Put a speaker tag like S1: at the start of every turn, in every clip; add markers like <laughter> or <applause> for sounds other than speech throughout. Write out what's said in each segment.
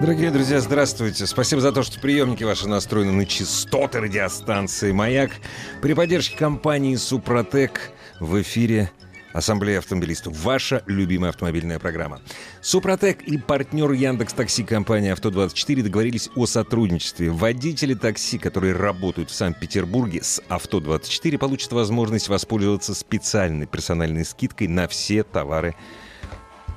S1: Дорогие друзья, здравствуйте. Спасибо за то, что приемники ваши настроены на частоты радиостанции «Маяк». При поддержке компании «Супротек» в эфире Ассамблея автомобилистов. Ваша любимая автомобильная программа. Супротек и партнер Яндекс Такси компания Авто24 договорились о сотрудничестве. Водители такси, которые работают в Санкт-Петербурге с Авто24, получат возможность воспользоваться специальной персональной скидкой на все товары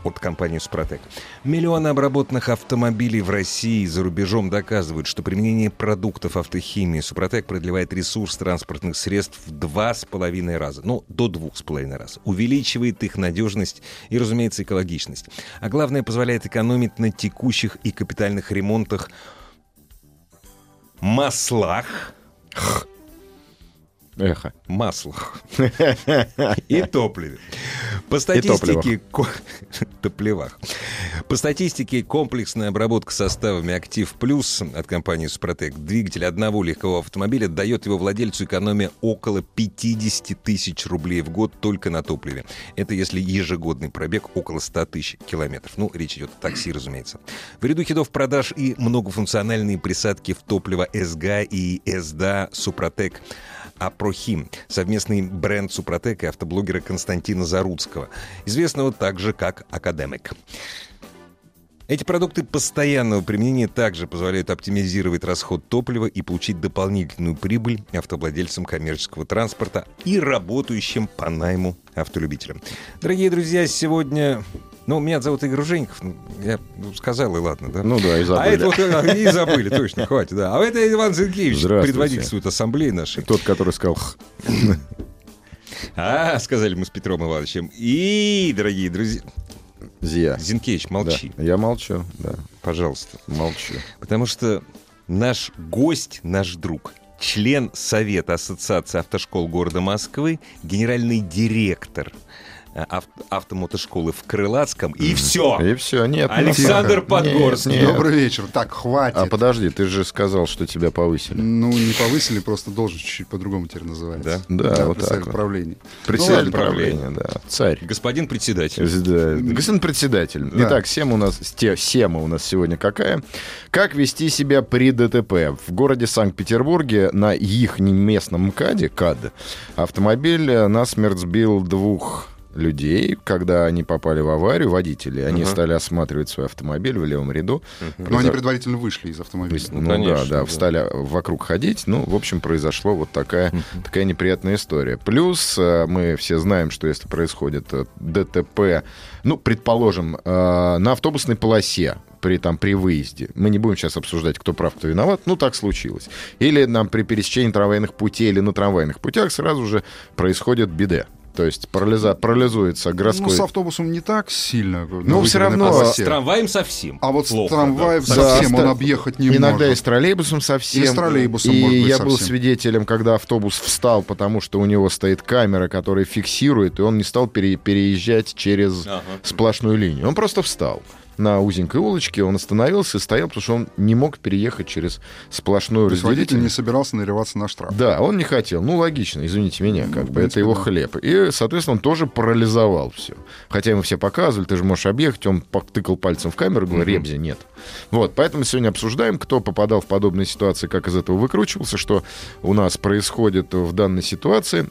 S1: от компании «Супротек». Миллионы обработанных автомобилей в России и за рубежом доказывают, что применение продуктов автохимии «Супротек» продлевает ресурс транспортных средств в два с половиной раза, ну, до двух с половиной раз, увеличивает их надежность и, разумеется, экологичность. А главное, позволяет экономить на текущих и капитальных ремонтах маслах,
S2: Эхо.
S1: маслах <laughs> и топливе. По статистике... ко- <laughs> Топлевах. По статистике, комплексная обработка составами «Актив Плюс» от компании «Супротек» двигатель одного легкового автомобиля дает его владельцу экономия около 50 тысяч рублей в год только на топливе. Это если ежегодный пробег около 100 тысяч километров. Ну, речь идет о такси, разумеется. В ряду хитов продаж и многофункциональные присадки в топливо «СГА» и «СДА» «Супротек» Апрохим, совместный бренд Супротека и автоблогера Константина Заруцкого, известного также как Академик. Эти продукты постоянного применения также позволяют оптимизировать расход топлива и получить дополнительную прибыль автовладельцам коммерческого транспорта и работающим по найму автолюбителям. Дорогие друзья, сегодня... Ну, меня зовут Игорь Женьков. Я ну, сказал, и ладно, да?
S2: Ну да, и
S1: а
S2: забыли.
S1: это вот э, и забыли, точно, хватит, да. А это Иван Зинкевич,
S2: Здравствуйте.
S1: предводительствует ассамблеи нашей.
S2: Тот, который сказал «Х».
S1: А, сказали мы с Петром Ивановичем. И, дорогие друзья, а,
S2: Зия.
S1: Зинкевич, молчи,
S2: Да, Я молчу, да,
S1: пожалуйста.
S2: молчу.
S1: Потому что наш гость, наш друг, член Совета Ассоциации автошкол города Москвы, генеральный директор э, ав- автомотошколы в Крылатском. И все.
S2: И все, нет. ну,
S1: А. Александр
S2: тихо.
S1: Подгорский.
S2: Нет, нет.
S3: Добрый вечер. Так, хватит.
S2: А подожди, ты же сказал, что тебя повысили.
S3: Ну, не повысили, просто должность чуть-чуть по-другому теперь называется.
S2: Да? Да, вот
S3: представитель
S2: так вот.
S3: правления. Ну,
S2: Председатель
S1: ладно, правление.
S2: правления, да. Царь.
S1: Господин председатель.
S2: Да, Господин председатель,
S3: Да.
S2: итак, тема у нас, те- тема у нас сегодня какая? Как вести себя при ДТП? В городе Санкт-Петербурге на их местном МКАДе, КАД, автомобиль э, насмерть сбил двух людей, когда они попали в аварию, водители, они стали осматривать свой автомобиль в левом ряду.
S3: Но они предварительно вышли из автомобиля.
S2: Ну,
S1: конечно,
S2: да,
S1: да.
S2: да, встали вокруг ходить. Ну, в общем, произошло вот такая, такая неприятная история. Плюс э, мы все знаем, что если происходит э, ДТП, ну, предположим, э, на автобусной полосе, при, там, при выезде, мы не будем сейчас обсуждать, кто прав, кто виноват, ну, так случилось. Или нам при пересечении трамвайных путей или на трамвайных путях сразу же происходит беде. То есть парализа, парализуется городской...
S3: Ну, с автобусом не так сильно. на
S2: Ну, всё
S3: выделенной
S2: равно,
S3: полосе.
S1: С трамваем совсем.
S3: А вот
S1: Плохо,
S3: с трамваем
S2: да.
S3: совсем
S2: Да,
S3: он
S2: авто-
S3: объехать не
S2: Иногда и
S3: может.
S2: с троллейбусом совсем.
S3: И с троллейбусом,
S2: И
S3: может быть,
S2: я был
S3: совсем.
S2: свидетелем, когда автобус встал, потому что у него стоит камера, которая фиксирует, и он не стал пере- переезжать через
S1: Ага.
S2: сплошную линию. Он просто встал на узенькой улочке, он остановился и стоял, потому что он не мог переехать через сплошную
S3: То есть водитель
S2: разделительную.
S3: не собирался нарываться на штраф.
S2: Да, он не хотел. Ну, логично, извините меня, как бы. Это
S3: Ну, принципе,
S2: его
S3: да.
S2: хлеб. И, соответственно, он тоже парализовал все. Хотя ему все показывали, ты же можешь объехать, он потыкал пальцем в камеру и говорил, ребзи нет. Вот, поэтому сегодня обсуждаем, кто попадал в подобные ситуации, как из этого выкручивался, что у нас происходит в данной ситуации.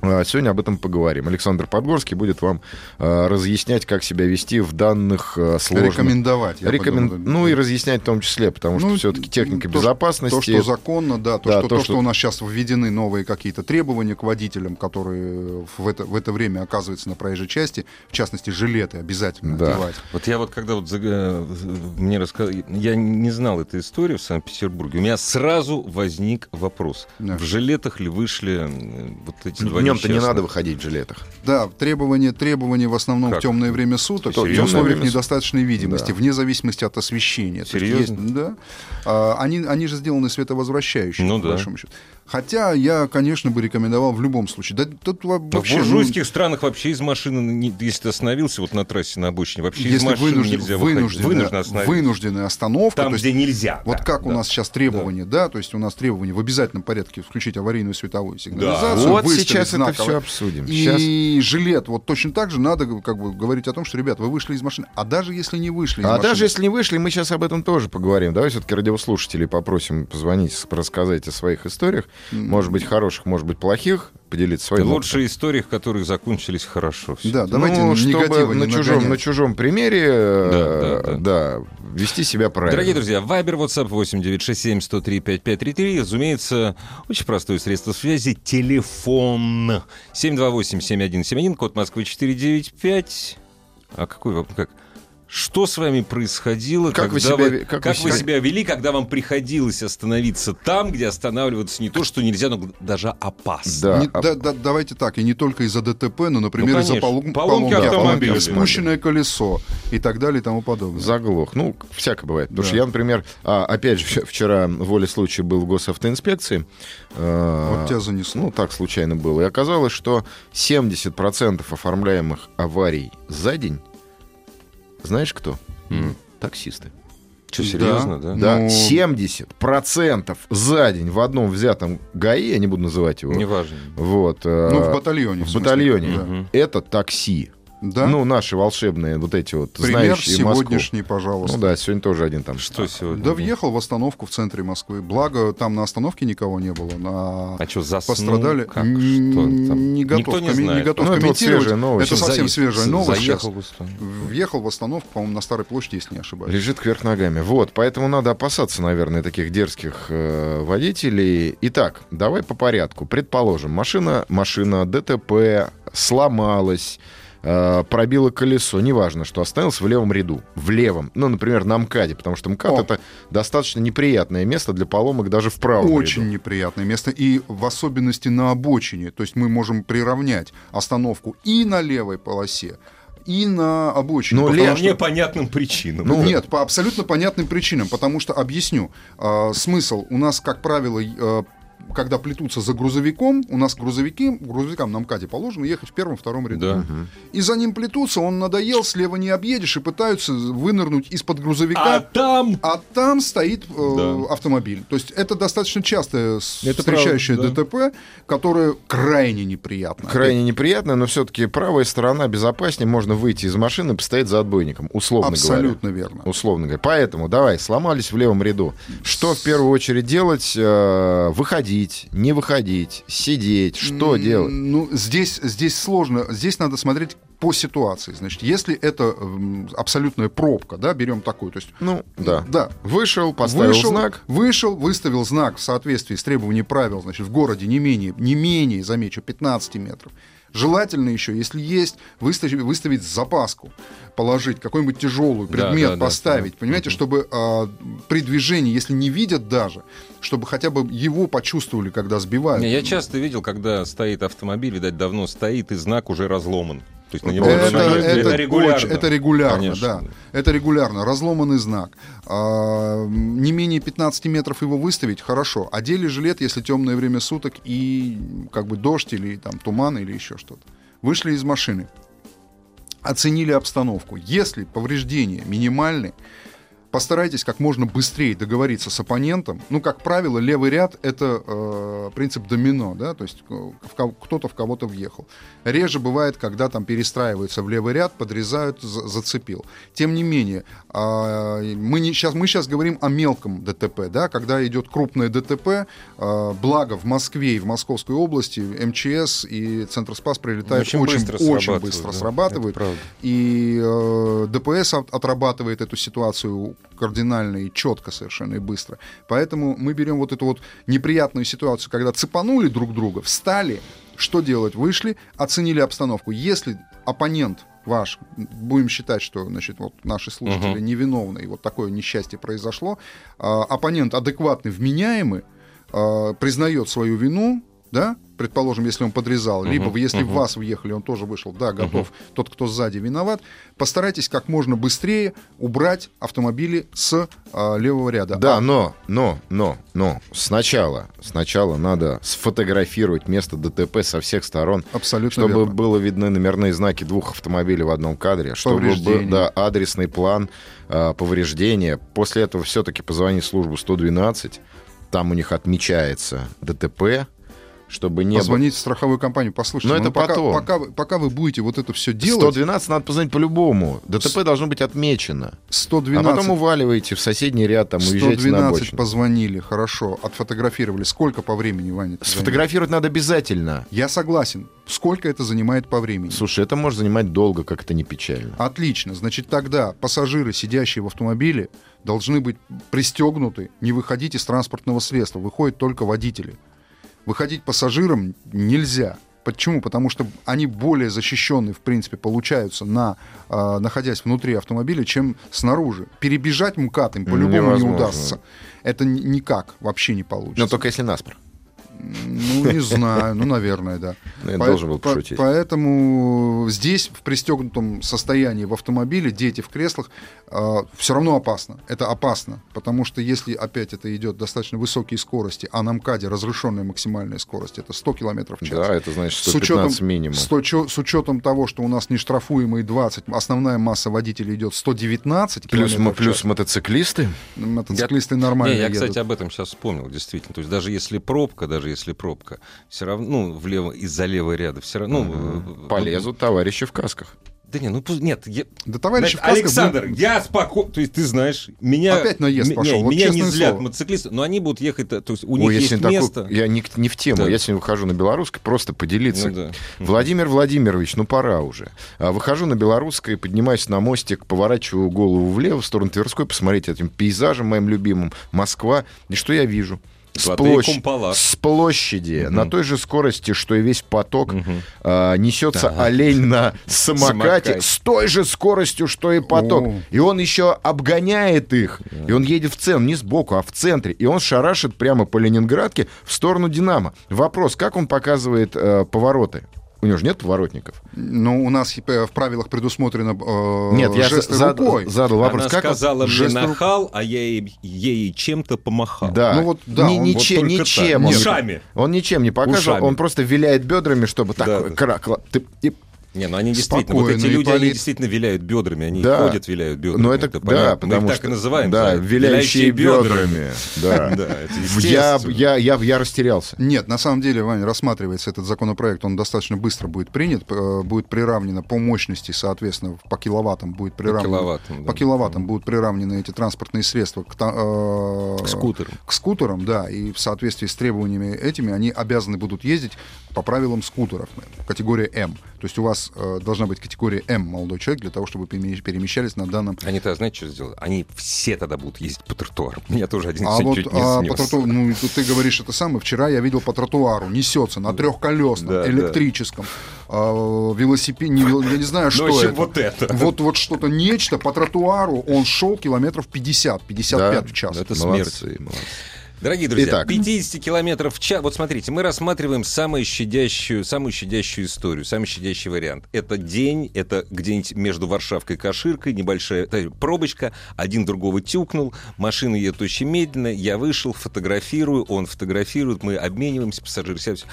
S2: А, Сегодня об этом поговорим. Александр Подгорский будет вам а, разъяснять, как себя вести в данных а, сложных...
S3: Рекомендовать. я
S2: Рекомен-
S3: подумал, да.
S2: Ну и разъяснять в том числе, потому что
S3: Ну,
S2: все-таки техника
S3: то, что-
S2: безопасности...
S3: То, что законно, да, то,
S2: Да,
S3: что,
S2: то,
S3: то,
S2: что-
S3: что у нас сейчас введены новые какие-то требования к водителям, которые в это, в это время оказываются на проезжей части, в частности, жилеты обязательно
S2: Да.
S3: одевать.
S1: Вот я вот когда вот заг- э, в- мне рассказали, я не знал эту историю в Санкт-Петербурге, у меня сразу возник вопрос.
S3: Да.
S1: В жилетах ли вышли э, вот эти два
S2: днем-то не
S1: несчастных.
S2: надо выходить в жилетах.
S3: Да, требования, требования в основном
S1: Как?
S3: в темное время суток,
S1: Серьезно?
S3: в условиях
S2: Время суток?
S3: недостаточной видимости,
S2: Да.
S3: вне зависимости от освещения. То есть
S1: Серьезно?
S3: есть- да. А, они, они же сделаны световозвращающими,
S1: Ну
S3: по
S1: да.
S3: большому счету. Хотя я, конечно, бы рекомендовал в любом случае. Да, тут во-
S1: Но
S3: вообще,
S1: в
S3: ну,
S1: буржуйских странах вообще из машины, не- если ты остановился вот на трассе, на обочине, вообще из
S3: если
S1: машины
S3: вынужден,
S1: нельзя выходить.
S3: вынужденная,
S1: Вынужден остановиться.
S3: вынужденная остановка,
S1: Там,
S3: то есть
S1: где нельзя.
S3: Вот
S1: да,
S3: как у
S1: да.
S3: нас сейчас требования, да. то есть у нас требования в обязательном порядке включить аварийную световую сигнализацию.
S2: Вот
S3: выставить
S2: сейчас это
S3: знаковое.
S2: все обсудим.
S3: И жилет, вот точно так же надо как бы говорить о том, что, ребят, вы вышли из машины. А даже если не вышли из
S2: А
S3: машины,
S2: даже если не вышли, мы сейчас об этом тоже поговорим. Давай все-таки радиослушателей попросим позвонить, с- рассказать о своих историях. Может быть, хороших, может быть, плохих. Поделиться своим
S1: Лучшие истории, которые закончились хорошо. всё.
S3: Да, А давайте
S2: ну,
S3: негатива
S2: чтобы
S3: не
S2: на чужом,
S3: нагонять.
S2: на чужом примере э,
S1: Да, да,
S2: да, вести себя правильно.
S1: Дорогие друзья, Viber, WhatsApp 8967 103 5533. Разумеется, очень простое средство связи. Телефон 728-7171, код Москвы 495. А какой вопрос? Как? Что с вами происходило?
S2: Как вы
S1: когда
S2: себя ве- как
S1: как
S2: вы
S1: вы
S2: себя-
S1: себя вели, когда вам приходилось остановиться там, где останавливаться не то, что нельзя, но даже опасно?
S2: Да,
S3: Не-
S2: а-
S3: да- да- давайте так, и не только из-за ДТП, но, например,
S1: Ну,
S3: из-за
S1: конечно.
S3: полу-
S1: Поломки автомобиля.
S3: спущенное колесо и так далее и тому подобное.
S2: Заглох. Ну, всякое бывает. Потому
S3: Да.
S2: что я, например, а, опять же, вч- вчера воле случая был в госавтоинспекции. Э,
S3: Вот тебя занесло.
S2: Ну, так случайно было. И оказалось, что 70% оформляемых аварий за день, знаешь кто?
S1: М.
S2: Таксисты.
S1: Что, серьезно, да?
S2: Да,
S3: Ну-
S2: 70% за день в одном взятом ГАИ, я не буду называть его.
S1: Неважно.
S2: Вот. э,
S3: Ну, в батальоне.
S2: в
S3: смысле.
S2: батальоне.
S3: Да.
S1: Мгм.
S2: Это такси.
S3: Да?
S2: Ну, наши волшебные вот эти вот,
S3: Пример
S2: знающие Москву.
S3: сегодняшний, пожалуйста.
S2: Ну да, сегодня тоже один там.
S1: Что сегодня?
S3: Да въехал в остановку в центре Москвы. Благо, там на остановке никого не было. На...
S1: А что, заснул?
S3: Пострадали.
S1: Как? Что
S3: М,
S1: там?
S3: Не готов,
S1: Никто не
S3: коми-
S1: знает.
S3: не готов
S2: Ну, это вот
S3: комментировать.
S2: свежая новость.
S3: Это совсем
S1: Заехал.
S3: свежая новость
S1: Заехал
S3: сейчас.
S1: густо.
S3: Въехал в остановку, по-моему, на Старой площади, если не ошибаюсь.
S2: Лежит кверх ногами. Вот, поэтому надо опасаться, наверное, таких дерзких э, водителей. Итак, давай по порядку. Предположим, машина, машина ДТП сломалась, э, пробила колесо. Неважно, что остановился в левом ряду. В левом. Ну, например, на МКАДе, потому что МКАД
S3: О.
S2: это достаточно неприятное место для поломок даже в правом
S3: Очень
S2: ряду.
S3: неприятное место. И в особенности на обочине. То есть мы можем приравнять остановку и на левой полосе, и на обочине.
S2: Но
S3: Потому
S1: По
S2: Ну, лев-
S3: что-
S1: непонятным причинам.
S2: Ну,
S3: Нет, по абсолютно понятным причинам, потому что объясню. А, смысл у нас, как правило, и, э, когда плетутся за грузовиком, у нас грузовики, грузовикам на МКАДе положено ехать в первом-втором ряду.
S1: Да.
S3: И за ним плетутся, он надоел, слева не объедешь, и пытаются вынырнуть из-под грузовика.
S1: А там...
S3: А там стоит э,
S1: Да.
S3: автомобиль. То есть это достаточно частое с-
S1: Это
S3: встречающее
S1: правда,
S3: ДТП, которое крайне неприятно.
S2: Крайне неприятно, но все-таки правая сторона безопаснее. Можно выйти из машины и постоять за отбойником, условно говоря.
S3: Абсолютно верно.
S2: Условно говоря. Поэтому давай, сломались в левом ряду. Что в первую очередь делать? Э, Выходить, не выходить, сидеть, что
S3: М,
S2: делать?
S3: Ну, здесь, здесь сложно. Здесь надо смотреть по ситуации. Значит, если это м, абсолютная пробка, да, берем такую, то есть...
S2: Ну, да.
S3: Да.
S2: Вышел, поставил
S3: вышел,
S2: знак.
S3: вышел, выставил знак в соответствии с требованием правил, значит, в городе не менее, не менее, замечу, 15 метров. Желательно еще, если есть, выставить, выставить запаску, положить какой-нибудь тяжелый
S1: Да,
S3: предмет,
S1: да, да,
S3: поставить,
S1: да.
S3: понимаете, чтобы а, при движении, если не видят даже, чтобы хотя бы его почувствовали, когда сбивают.
S1: Не, Я часто видел, когда стоит автомобиль, видать, давно стоит, и знак уже разломан. То есть на него
S3: Это,
S1: уже
S3: это,
S1: наезд- это регулярно.
S3: очень- это регулярно,
S1: Конечно.
S3: да. Это регулярно. Разломанный знак. А, м, не менее 15 метров его выставить, хорошо. Одели жилет, если темное время суток и м, как бы дождь или там туман или еще что-то. Вышли из машины. Оценили обстановку. Если повреждения минимальны, постарайтесь как можно быстрее договориться с оппонентом. Ну, как правило, левый ряд — это э, принцип домино, да, то есть э, в кого- кто-то в кого-то въехал. Реже бывает, когда там перестраиваются в левый ряд, подрезают, за- зацепил. Тем не менее, а, мы, не, сейчас, мы сейчас говорим о мелком ДТП, да, когда идет крупное ДТП, э, благо в Москве и в Московской области МЧС и Центр СПАС прилетают
S1: Очень
S3: очень,
S1: быстро
S3: очень
S1: срабатывают,
S3: быстро
S1: да,
S3: срабатывают.
S1: это правда.
S3: И э, ДПС от- отрабатывает эту ситуацию кардинально и четко совершенно и быстро. Поэтому мы берем вот эту вот неприятную ситуацию, когда цепанули друг друга, встали, что делать? Вышли, оценили обстановку. Если оппонент ваш, будем считать, что значит, вот наши слушатели
S1: Мгм.
S3: невиновны, и вот такое несчастье произошло, а, оппонент адекватный, вменяемый, а, э, признает свою вину, да, предположим, если он подрезал, uh-huh, либо если uh-huh. в вас въехали, он тоже вышел, да, готов, uh-huh. тот, кто сзади виноват, постарайтесь как можно быстрее убрать автомобили с а, левого ряда.
S2: Да, а... но, но, но, но сначала, сначала надо сфотографировать место ДТП со всех сторон,
S3: Абсолютно
S2: чтобы
S3: верно.
S2: было видны номерные знаки двух автомобилей в одном кадре, чтобы был да, адресный план а, повреждения. После этого все-таки позвони в службу 112, там у них отмечается ДТП, чтобы не
S3: позвонить в страховую компанию, послушайте. ну,
S2: Но это
S3: пока,
S2: потом.
S3: Пока, пока вы будете вот это все делать...
S2: 112 надо позвонить по-любому. ДТП С... должно быть отмечено.
S3: 112...
S2: А потом уваливаете в соседний ряд, там уезжаете 112 на бочину.
S3: позвонили, хорошо, отфотографировали. Сколько по времени, Ваня?
S2: Сфотографировать надо обязательно.
S3: Я согласен. Сколько это занимает по времени?
S2: Слушай, это может занимать долго, как это не печально.
S3: Отлично. Значит, тогда пассажиры, сидящие в автомобиле, должны быть пристегнуты, не выходить из транспортного средства. Выходят только водители выходить пассажирам нельзя. Почему? Потому что они более защищенные, в принципе, получаются, на, э, находясь внутри автомобиля, чем снаружи. Перебежать МКАД им по-любому не удастся. Это никак вообще не получится.
S2: Но только если наспор.
S3: Ну,
S2: <laughs>
S3: не знаю, ну, наверное, да.
S2: Ну, я по- должен был пошутить.
S3: По- поэтому здесь, в пристегнутом состоянии в автомобиле, дети в креслах, э, все равно опасно. Это опасно, потому что если опять это идет достаточно высокие скорости, а на МКАДе разрешенная максимальная скорость, это 100 км в час.
S2: Да, это значит 115 с учетом, минимум.
S3: С, учетом, с учетом того, что у нас нештрафуемые 20, основная масса водителей идет 119
S2: плюс,
S3: км
S2: Плюс мотоциклисты.
S3: Мотоциклисты я, нормально
S1: не, Я,
S3: едут.
S1: кстати, об этом сейчас вспомнил, действительно. То есть даже если пробка, даже даже если пробка, все равно ну, влево из-за левого ряда все равно ну, э,
S2: угу. полезут товарищи в касках.
S1: Да не, ну нет, я...
S3: да товарищ Знаешь,
S1: Александр, мы... я спокойно, то есть ты знаешь, меня
S3: опять наезд пошел,
S1: не,
S3: вот
S1: меня не злят слово. мотоциклисты, но они будут ехать, э, то есть у них Ой,
S2: есть
S1: такой... место.
S2: Я не, не в тему, да. я сегодня выхожу на белорусской просто поделиться. Ну, да. Владимир Владимирович, ну пора уже. Выхожу на белорусской, поднимаюсь на мостик, поворачиваю голову влево в сторону Тверской, посмотреть этим пейзажем моим любимым Москва, и что я вижу? с, площ... с площади угу. на той же скорости, что и весь поток, угу. э, несется да. олень на самокате с той же скоростью, что и поток. О. И он еще обгоняет их. Да. И он едет в центр, не сбоку, а в центре. И он шарашит прямо по Ленинградке в сторону Динамо. Вопрос, как он показывает э, повороты? У него же нет поворотников.
S3: Ну, у нас в правилах предусмотрено э, Нет, я зад, рукой.
S2: задал вопрос.
S1: Она
S2: как
S1: сказала он? мне жест нахал, рукой? а я ей, ей чем-то помахал.
S2: Да. Ну, вот, да Ни, он, ничем, вот ничем.
S1: Он, Ушами.
S2: Он ничем не показывал. Ушами. Он просто виляет бедрами, чтобы так... Да, кра, кра, ты, и,
S1: не, ну они действительно, Спокойно, вот эти люди, полит... они действительно виляют бедрами, они да. ходят, виляют бедрами.
S2: Но Ну, это, это да, понятно. потому
S1: Мы их так и называем.
S2: Да, да виляющие, виляющие бедрами.
S1: <laughs>
S2: бедрами. Да. да я, я, я, я растерялся.
S3: Нет, на самом деле, Ваня, рассматривается этот законопроект, он достаточно быстро будет принят, э, будет приравнено по мощности, соответственно, по киловаттам будет приравнено.
S1: По киловаттам, да.
S3: По киловаттам будут приравнены эти транспортные средства к,
S1: э, к скутерам.
S3: К скутерам, да, и в соответствии с требованиями этими они обязаны будут ездить по правилам скутеров, э, категория М. То есть у вас вас э, должна быть категория М молодой человек для того, чтобы перемещались на данном.
S1: Они то знаете, что сделали? Они все тогда будут ездить по тротуару. Меня тоже
S3: <laughs>
S1: один
S3: а вот,
S1: чуть
S3: не а, снес. по тротуару, Ну, ты говоришь это самое. Вчера я видел по тротуару несется на трехколесном, да, электрическом, да. Э, велосипеде, не, я не <laughs> знаю, что
S1: общем,
S3: это.
S1: вот это.
S3: Ну, Вот, вот что-то, нечто по тротуару. Он шел километров 50, 55 да, в час.
S1: Это молодцы, смерть. Молодцы. Дорогие друзья, Итак. 50 километров в час. Вот смотрите, мы рассматриваем самую щадящую, самую щадящую историю, самый щадящий вариант. Это день, это где-нибудь между Варшавкой и Каширкой, небольшая та, пробочка, один другого тюкнул, машина едет очень медленно, я вышел, фотографирую, он фотографирует, мы обмениваемся, пассажиры сядут.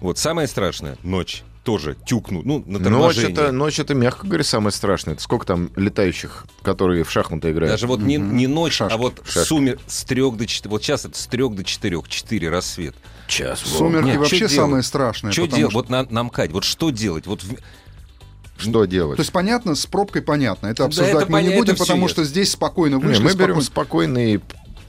S1: Вот самое страшное — ночь тоже тюкнул, ну, на
S2: торможении. Ночь это, ночь это, мягко говоря, самое страшное. Это сколько там летающих, которые в шахматы играют?
S1: Даже вот mm-hmm. не, не ночь, Шашки. а вот Шашки. сумер с трех до четырех. Вот сейчас это с трех до четырех, четыре рассвет.
S2: Час.
S3: Сумерки Нет, вообще самое страшное.
S1: Что делать? Что... Вот на, на МКАДе, вот что делать? Вот Ну,
S2: что делать?
S3: То есть понятно, с пробкой понятно. Это обсуждать да, это мы поня... не будем, потому есть. что здесь спокойно вышли. Не,
S2: мы спокойно... берем спокойный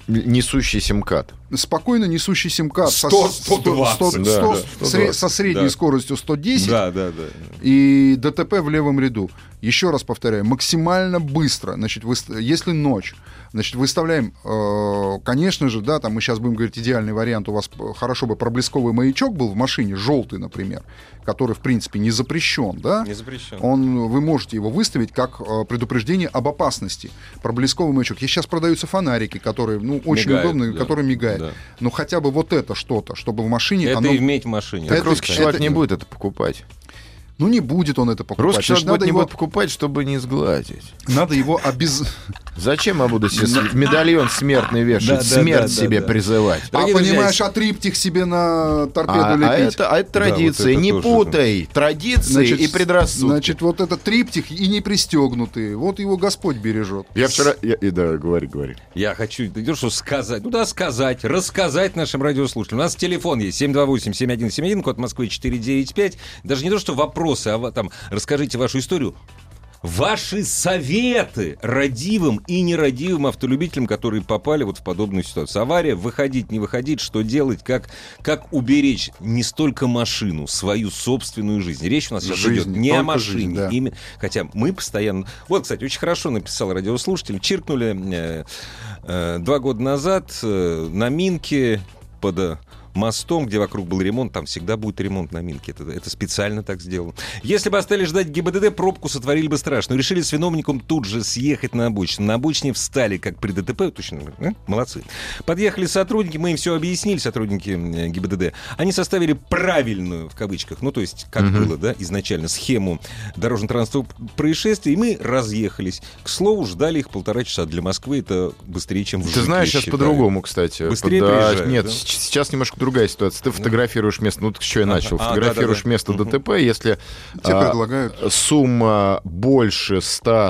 S2: несущийся МКАД.
S3: Спокойно несущийся МКАД.
S1: 100, 120. 100, 100,
S3: 100, 100, да, 100 120. Со средней да. скоростью 110.
S1: Да, да, да.
S3: И ДТП в левом ряду. Еще раз повторяю, максимально быстро. Значит, вы, если ночь, значит, выставляем, э, конечно же, да, там мы сейчас будем говорить идеальный вариант, у вас хорошо бы проблесковый маячок был в машине, желтый, например, который, в принципе, не запрещен, да?
S1: Не запрещен.
S3: А? Он, вы можете его выставить как э, предупреждение об опасности. Проблесковый маячок. И сейчас продаются фонарики, которые, ну, очень мигает, удобные, да. которые мигают.
S1: да.
S3: но хотя бы вот это что-то, чтобы в машине
S1: Это
S3: оно...
S1: иметь в машине.
S2: Так
S3: Это-
S2: русский
S3: это-
S2: человек не будет это покупать.
S3: Ну, не будет он это покупать.
S2: Русский человек
S3: Значит,
S2: будет
S3: надо,
S2: не
S3: его,
S2: будет покупать, чтобы не сглазить.
S3: надо его обез...
S2: Зачем я буду себе с- медальон смертный
S1: Да,
S2: вешать,
S1: да, да,
S2: смерть себе
S1: да.
S2: призывать?
S3: А,
S1: Дорогие друзья,
S3: понимаешь, а триптих себе на торпеду
S2: А, а
S3: лепить.
S2: это, а это
S1: Да, вот
S2: традиция.
S1: это
S2: не
S1: тоже,
S2: путай традиции и предрассудки.
S3: Значит, вот этот триптих и не пристегнутые. Вот его Господь бережет.
S2: я вчера... я- и да, говори, говори.
S1: Я хочу, да не что сказать, ну да, сказать, рассказать нашим радиослушателям. У нас телефон есть 728-7171, код Москвы 495. Даже не то, что вопросы, а вот там расскажите вашу историю. Ваши советы родивым и нерадивым автолюбителям, которые попали вот в подобную ситуацию. Авария, выходить, не выходить, что делать, как, как уберечь не столько машину, свою собственную жизнь. Речь у нас сейчас
S3: Жизнь,
S1: идет не о
S3: только
S1: машине,
S3: жизнь, да.
S1: Ими- Хотя мы постоянно... Вот, кстати, очень хорошо написал радиослушатель. Чиркнули э, э, два года назад э, на Минке под э, мостом, где вокруг был ремонт, там всегда будет ремонт на Минке. Это, это специально так сделано. Если бы остались ждать ГИБДД, пробку сотворили бы страшно. Решили с виновником тут же съехать на обочину. На обочине встали, как при ДТП. Точно, э, молодцы. Подъехали сотрудники, мы им все объяснили, сотрудники э, ГИБДД. Они составили правильную, в кавычках, ну, то есть, как было, да, изначально, схему дорожно-транспортного происшествия, и мы разъехались. К слову, ждали их полтора часа. Для Москвы это быстрее, чем в
S2: Ты
S1: Жуке,
S2: знаешь, сейчас
S1: считаю.
S2: по-другому, кстати.
S1: Быстрее
S2: Да,
S1: приезжают,
S2: Нет,
S1: да?
S2: с- сейчас немножко другая ситуация. Ты фотографируешь место, ну, с чего я
S1: Ага.
S2: начал.
S1: А, да, да,
S2: Фотографируешь
S1: да.
S2: место
S1: Мгм.
S2: ДТП, если
S3: Тебе
S2: а,
S3: предлагают.
S2: сумма больше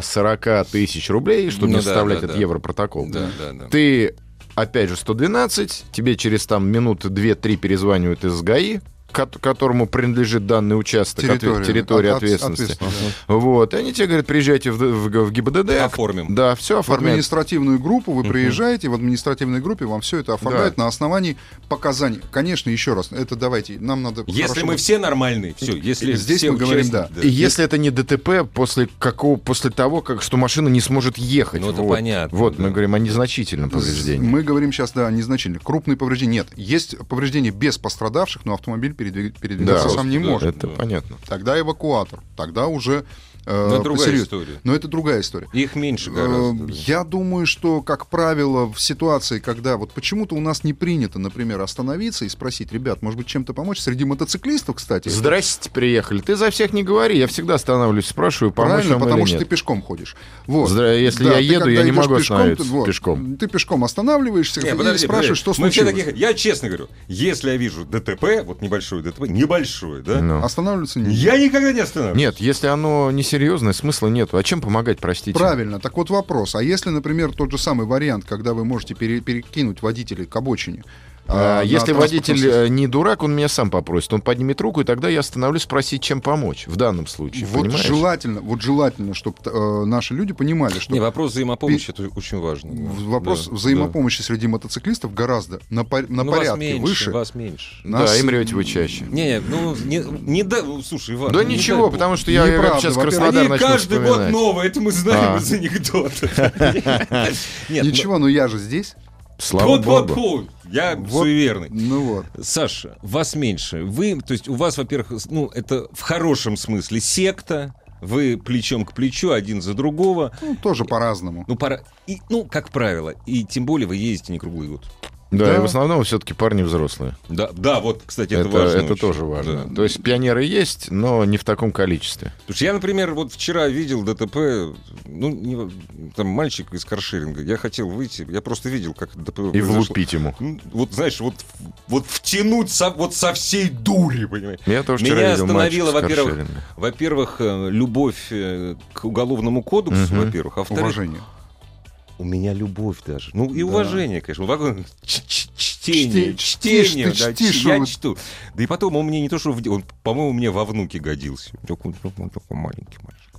S2: 140 тысяч рублей, чтобы
S1: Ну
S2: не
S1: да,
S2: составлять
S1: да,
S2: этот
S1: да.
S2: европротокол.
S1: Да, да, да.
S2: Ты, опять же, 112, тебе через там минуты 2-3 перезванивают из ГАИ, ко- которому принадлежит данный участок, отве-
S3: Территория.
S2: территория
S3: От- от-
S2: ответственности.
S3: ответственность,
S2: Вот, и они тебе говорят, приезжайте в, Д- в Г- в ГИБДД.
S1: Оформим.
S2: Да, все
S3: В
S2: оформляют.
S3: административную группу вы приезжаете, в административной группе вам все это оформляют на основании показаний. Конечно, еще раз, это давайте, нам надо...
S1: Если
S3: хорошо-
S1: мы все нормальные, все, если
S3: Здесь
S1: все
S3: мы говорим,
S1: участники-
S3: да.
S2: И если это не ДТП, после какого, после того, как что машина не сможет ехать.
S1: Ну, это
S2: вот,
S1: понятно,
S2: Вот
S1: да.
S2: мы говорим о незначительном повреждении.
S3: Мы говорим сейчас, да, о незначительных. Крупные повреждения нет. Есть повреждения без пострадавших, но автомобиль передвиг- передвигаться сам не
S1: да.
S3: может.
S2: Это
S1: да.
S2: понятно.
S3: Тогда эвакуатор, тогда уже... э,
S1: Но это другая
S3: серьез-
S1: история.
S3: Но это другая история.
S1: Их меньше
S3: Э,
S1: гораздо. да.
S3: Я думаю, что, как правило, в ситуации, когда вот почему-то у нас не принято, например, остановиться и спросить, ребят, может быть, чем-то помочь? Среди мотоциклистов, кстати, это
S2: Здрасте, приехали. Ты за всех не говори, я всегда останавливаюсь, спрашиваю, помочь
S3: правильно,
S2: вам
S3: потому
S2: или
S3: что
S2: нет.
S3: ты пешком ходишь. Вот.
S2: Здра- если я
S3: ты
S2: еду,
S3: когда
S2: я не
S3: идешь
S2: могу
S3: пешком,
S2: остановиться
S3: ты- вот,
S2: пешком.
S3: Ты пешком останавливаешься
S1: Не,
S3: и
S1: подожди, подожди.
S3: спрашиваешь, что
S1: Мы все
S3: случилось.
S1: таких- Я честно говорю, если я вижу ДТП, вот небольшое ДТП, небольшое, да,
S2: Ну.
S3: Останавливаться не
S1: я никогда не останавливаюсь.
S2: Нет, если оно несерьезное, смысла нету. А чем помогать, простите?
S3: Правильно. Так вот вопрос. А если, например, тот же самый вариант, когда вы можете пере- перекинуть водителей к обочине?
S2: А,
S3: а, на
S2: если
S3: транспортном
S2: водитель
S3: средстве?
S2: э, не дурак, он меня сам попросит. Он поднимет руку, и тогда я остановлюсь спросить, чем помочь. В данном случае,
S3: Вот
S2: понимаешь?
S3: желательно, вот желательно, чтобы наши люди понимали, что
S1: Не, вопрос взаимопомощи это очень важно.
S3: в-
S1: Да,
S3: вопрос
S1: да.
S3: взаимопомощи среди мотоциклистов гораздо на, пор- на
S1: Ну, вас
S3: порядке
S1: меньше,
S3: выше.
S1: Вас меньше.
S2: Да,
S3: Нас-
S2: им ревете вы чаще.
S1: Не, не, ну не, не да, ну, слушай, Иван.
S2: Да
S1: не
S2: ничего,
S1: дай бог.
S2: потому что я, я
S3: Неправда.
S2: сейчас
S3: Во-первых,
S2: Краснодар
S1: Они
S2: начну
S1: каждый год
S2: вспоминать.
S1: новые, это мы знаем
S2: А.
S1: из
S3: <laughs>
S1: анекдота. Нет, ну-
S3: Ничего, но я же здесь.
S2: Слава
S1: вот, вот,
S2: богу.
S1: вот, я
S3: Вот.
S1: суеверный.
S3: Ну вот.
S1: Саша, вас меньше. Вы, то есть у вас, во-первых, с- ну, это в хорошем смысле секта, вы плечом к плечу, один за другого.
S3: Ну, тоже по-разному.
S1: Ну, пора... и, ну, как правило, и тем более вы ездите не круглый год.
S2: Да,
S3: Да.
S2: и в основном все-таки парни взрослые.
S1: Да, да вот, кстати, это,
S2: Это,
S1: важно.
S2: это
S1: очень.
S2: тоже важно.
S1: Да.
S2: То есть пионеры есть, но не в таком количестве.
S1: Потому что я, например, вот вчера видел ДТП, ну, не- там мальчик из каршеринга, я хотел выйти, я просто видел, как ДТП
S2: И
S1: произошло.
S2: влупить ему.
S1: Ну, Вот, знаешь, вот, вот втянуть со- вот со всей дури, понимаешь?
S2: Я тоже вчера
S1: Меня
S2: видел
S1: остановило,
S2: мальчика с
S1: во-первых,
S2: каршерингом.
S1: Во-первых, э, любовь э, к уголовному кодексу,
S2: Мгм.
S1: во-первых, а во-вторых,
S3: Уважение.
S1: у меня любовь даже. Ну и
S3: Да.
S1: уважение, конечно. Во- ч- ч- Чтение,
S3: Чти-
S1: чтение,
S3: чтишь ты,
S1: да,
S3: чтишь,
S1: ч- я
S3: он-
S1: чту. Да и потом он мне не то, что... в де- Он, по-моему, мне во внуке годился. Такой, такой, такой маленький мальчик.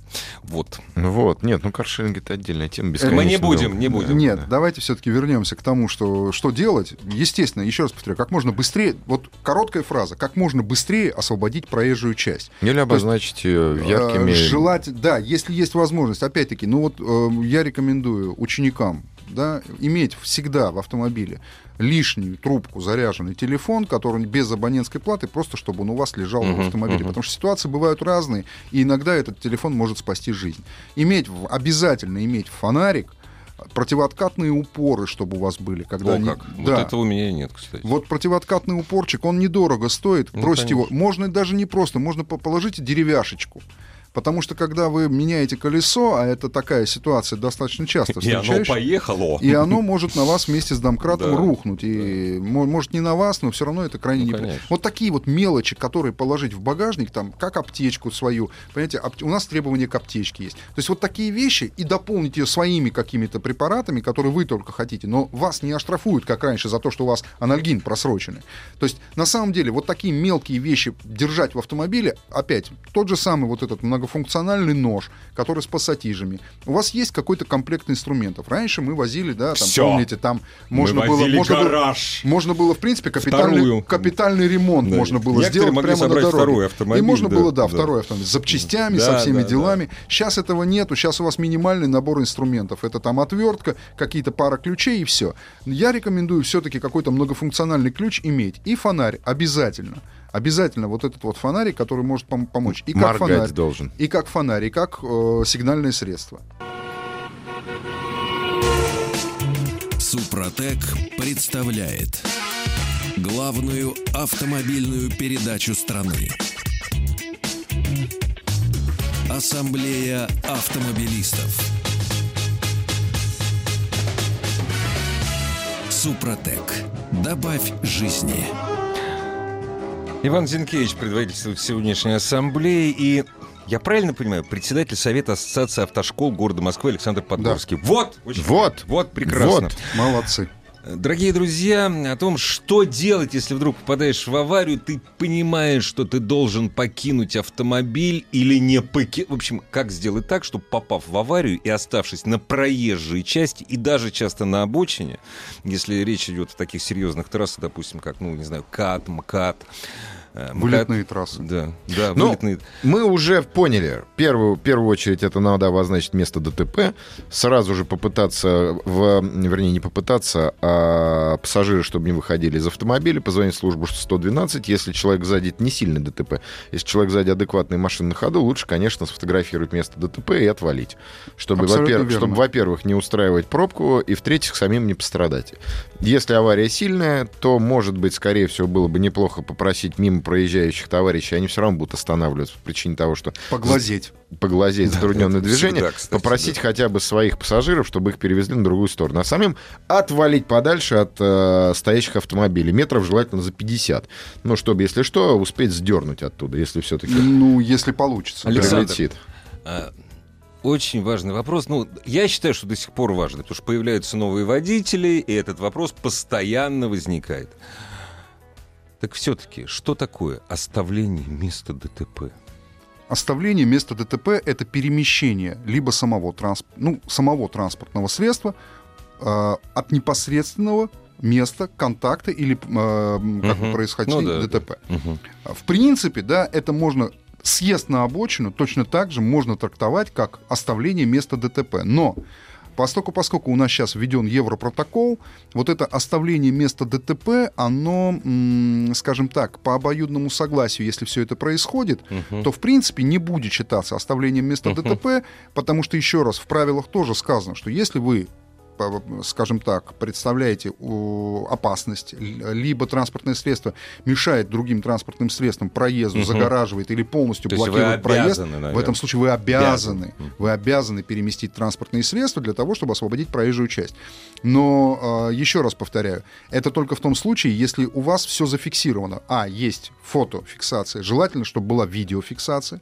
S1: Вот.
S2: Ну Вот, нет, ну каршеринг это отдельная тема.
S1: Мы не
S2: бесконечно
S1: будем,
S2: долго.
S1: не будем.
S3: Э, Нет, давайте все-таки вернемся к тому, что, что делать. Естественно, еще раз повторяю, как можно быстрее, вот короткая фраза, как можно быстрее освободить проезжую часть.
S2: Или обозначить ее яркими...
S3: Э, Желать, да, если есть возможность, опять-таки, ну вот э, я рекомендую ученикам, да, иметь всегда в автомобиле лишнюю трубку, заряженный телефон, который без абонентской платы, просто чтобы он у вас лежал в
S1: Мгм,
S3: автомобиле.
S1: мгм.
S3: Потому что ситуации бывают разные, и иногда этот телефон может спасти жизнь. Иметь, в- обязательно иметь фонарик, Противооткатные упоры, чтобы у вас были. Когда
S1: О,
S3: они-
S1: как. Вот
S3: Да.
S1: этого у меня и нет, кстати.
S3: Вот противооткатный упорчик, он недорого стоит.
S1: Ну,
S3: Бросить его.
S1: конечно.
S3: Можно даже не просто, можно по- положить деревяшечку. Потому что когда вы меняете колесо, а это такая ситуация
S1: <laughs>
S3: достаточно часто
S1: И оно
S3: встречаешь,
S1: поехало.
S3: и оно может на вас вместе с домкратом
S1: Да,
S3: рухнуть. И мо- может не на вас, но все равно это крайне
S1: Ну,
S3: непри-
S1: конечно.
S3: Вот такие вот мелочи, которые положить в багажник, там, как аптечку свою. Понимаете, апт- у нас требования к аптечке есть. То есть вот такие вещи и дополнить ее своими какими-то препаратами, которые вы только хотите, но вас не оштрафуют, как раньше, за то, что у вас анальгин просроченный. То есть на самом деле вот такие мелкие вещи держать в автомобиле, опять, тот же самый вот этот многофункциональный нож, который с пассатижами. У вас есть какой-то комплект инструментов. Раньше мы возили, да, там,
S1: Всё.
S3: помните, там можно было...
S1: возили
S3: Можно было-
S1: гараж.
S3: можно было, в принципе, капитальный,
S1: Вторую.
S3: капитальный ремонт
S1: Да.
S3: можно было
S1: Некоторые
S3: сделать
S1: могли
S3: прямо на
S1: собрать
S3: дороге.
S1: второй автомобиль,
S3: И можно
S1: да,
S3: было, да,
S1: да.
S3: второй автомобиль, с запчастями, со
S1: Да,
S3: всеми
S1: да, да.
S3: делами. Сейчас этого нету, сейчас у вас минимальный набор инструментов. Это там отвертка, какие-то пара ключей и все. Я рекомендую все-таки какой-то многофункциональный ключ иметь. И фонарь обязательно. Обязательно вот этот вот фонарик, который может пом- помочь. И как
S2: Моргать
S3: фонарь,
S2: должен.
S3: И как фонарь, и как э, сигнальное средство.
S4: Супротек представляет главную автомобильную передачу страны. Ассамблея автомобилистов. Супротек. Добавь жизни.
S1: Иван Зинкевич предводительствует сегодняшней ассамблеи и... Я правильно понимаю, председатель Совета Ассоциации автошкол города Москвы Александр Подгорский. Вот! очень
S2: Вот.
S1: правильно. Вот, прекрасно.
S2: Вот.
S3: Молодцы.
S1: Дорогие друзья, о том, что делать, если вдруг попадаешь в аварию, ты понимаешь, что ты должен покинуть автомобиль или не покинуть. В общем, как сделать так, чтобы попав в аварию и оставшись на проезжей части и даже часто на обочине, если речь идет о таких серьезных трассах, допустим, как, ну, не знаю, КАТ, МКАД. э, МКАД.
S3: Вылетные трассы.
S1: Да, да,
S2: Ну,
S1: вылетные.
S2: Мы уже поняли. Первую, в первую очередь это надо обозначить место ДТП. Сразу же попытаться, в, вернее, не попытаться, а пассажиры, чтобы не выходили из автомобиля, позвонить в службу 112. Если человек сзади, это не сильный ДТП. Если человек сзади адекватный машина на ходу, лучше, конечно, сфотографировать место ДТП и отвалить. Чтобы,
S3: Абсолютно
S2: во-первых,
S3: верно.
S2: чтобы, во-первых, не устраивать пробку, и, в-третьих, самим не пострадать. Если авария сильная, то, может быть, скорее всего, было бы неплохо попросить мимо проезжающих товарищей, они все равно будут останавливаться по причине того, что
S3: Поглазеть.
S2: поглазеть затрудненное
S1: это
S2: движение,
S1: всегда, кстати,
S2: попросить хотя бы своих пассажиров, чтобы их перевезли на другую сторону, а самим отвалить подальше от э, стоящих автомобилей, метров желательно за 50, ну, чтобы, если что, успеть сдернуть оттуда, если все-таки
S3: Ну, если получится.
S1: Александр,
S2: прилетит.
S1: А, Очень важный вопрос. Ну, я считаю, что до сих пор важный, потому что появляются новые водители, и этот вопрос постоянно возникает. Так все-таки, что такое оставление места ДТП?
S3: Оставление места ДТП – это перемещение либо самого, трансп- ну, самого транспортного средства э, от непосредственного места контакта или э, м, как
S1: Мгм.
S3: бы происходило
S1: Ну да,
S3: ДТП.
S1: Мгм.
S3: В принципе, да, это можно съезд на обочину точно так же можно трактовать как оставление места ДТП. Но поскольку, поскольку у нас сейчас введен европротокол, вот это оставление места ДТП, оно, м, скажем так, по обоюдному согласию, если все это происходит,
S1: Мгм.
S3: то в принципе не будет считаться оставлением места ДТП, потому что, еще раз, в правилах тоже сказано, что если вы по- скажем так, представляете о, опасность, л- либо транспортное средство мешает другим транспортным средствам проезду,
S1: Мгм.
S3: загораживает или полностью
S1: То есть вы
S3: блокирует проезд,
S1: обязаны, наверное.
S3: в этом случае вы обязаны,
S1: Обязаны.
S3: вы обязаны переместить транспортные средства для того, чтобы освободить проезжую часть. Но, э, еще раз повторяю, это только в том случае, если у вас все зафиксировано. А, есть фотофиксация, желательно, чтобы была видеофиксация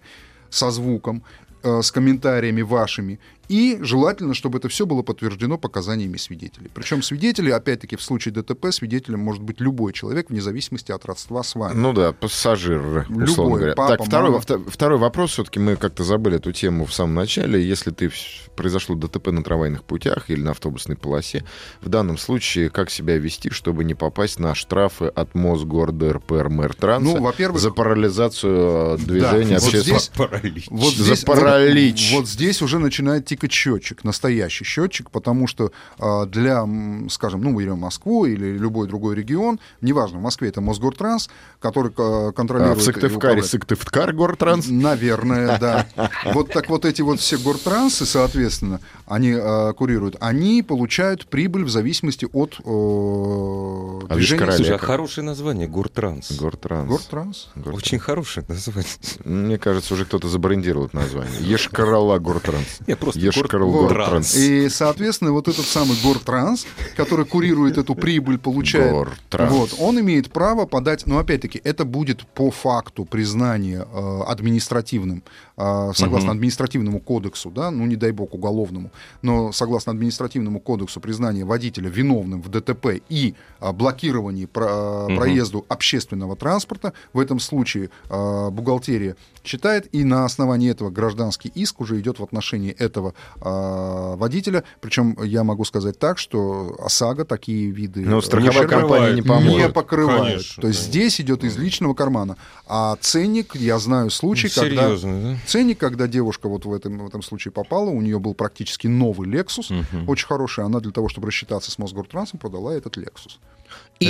S3: со звуком, э, с комментариями вашими, и желательно, чтобы это все было подтверждено показаниями свидетелей. Причем свидетели, опять-таки, в случае ДТП свидетелем может быть любой человек, вне зависимости от родства с вами.
S2: Ну да, пассажир, условно
S3: Любой,
S2: говоря.
S3: папа,
S2: так, второй,
S3: мама.
S2: вто- второй вопрос. Все-таки мы как-то забыли эту тему в самом начале. Если ты вс- произошло ДТП на трамвайных путях или на автобусной полосе, в данном случае как себя вести, чтобы не попасть на штрафы от Мосгорда РПР Мэртранса
S3: Ну, во-первых-
S2: за парализацию э,
S3: Да,
S2: движения э,
S3: вот
S2: общественного...
S3: здесь-
S1: Паралич.
S3: Вот
S2: За
S3: здесь,
S2: паралич.
S3: Вот, вот здесь уже начинает пластикочетчик, настоящий счетчик, потому что э, для, скажем, ну, мы берем Москву или любой другой регион, неважно, в Москве это Мосгортранс, который э, контролирует...
S2: А в Сыктывкаре Сыктывкар Гортранс? <laughs>
S3: Наверное, да. Вот так вот эти вот все Гортрансы, соответственно, они э, курируют, они получают прибыль в зависимости от э,
S2: А видишь,
S3: движения...
S2: королек.
S1: Слушай, а хорошее название Гуртранс.
S2: Гортранс.
S3: Гортранс.
S2: Гортранс.
S1: Очень хорошее название.
S2: Мне кажется, уже кто-то забрендировал это
S3: <laughs>
S2: название. Ешкарала Гортранс.
S1: Нет, просто
S2: Ешкарал
S1: Гор-
S2: Гортранс.
S3: И, соответственно, вот этот самый Гортранс, который курирует эту прибыль, получает...
S2: Гортранс.
S3: Вот, он имеет право подать... Но, опять-таки, это будет по факту признания э, административным, э, согласно административному кодексу, да, ну, не дай бог, уголовному, но согласно административному кодексу признание водителя виновным в ДТП и э, блокировании про- э, проезду общественного транспорта, в этом случае э, бухгалтерия считает, и на основании этого гражданский иск уже идет в отношении этого э, водителя. Причем я могу сказать так, что ОСАГО такие виды...
S2: Ну,
S3: э,
S2: страховая
S3: ущерба
S2: компания не поможет.
S3: не покрывает.
S1: Конечно,
S3: То есть
S1: конечно.
S3: здесь идет из личного кармана. А ценник, я знаю случай, когда...
S1: Серьезно, да?
S3: Ценник, когда девушка вот в этом, в этом случае попала, у нее был практически новый Lexus, очень хороший, она для того, чтобы рассчитаться с Мосгортрансом, продала этот Lexus.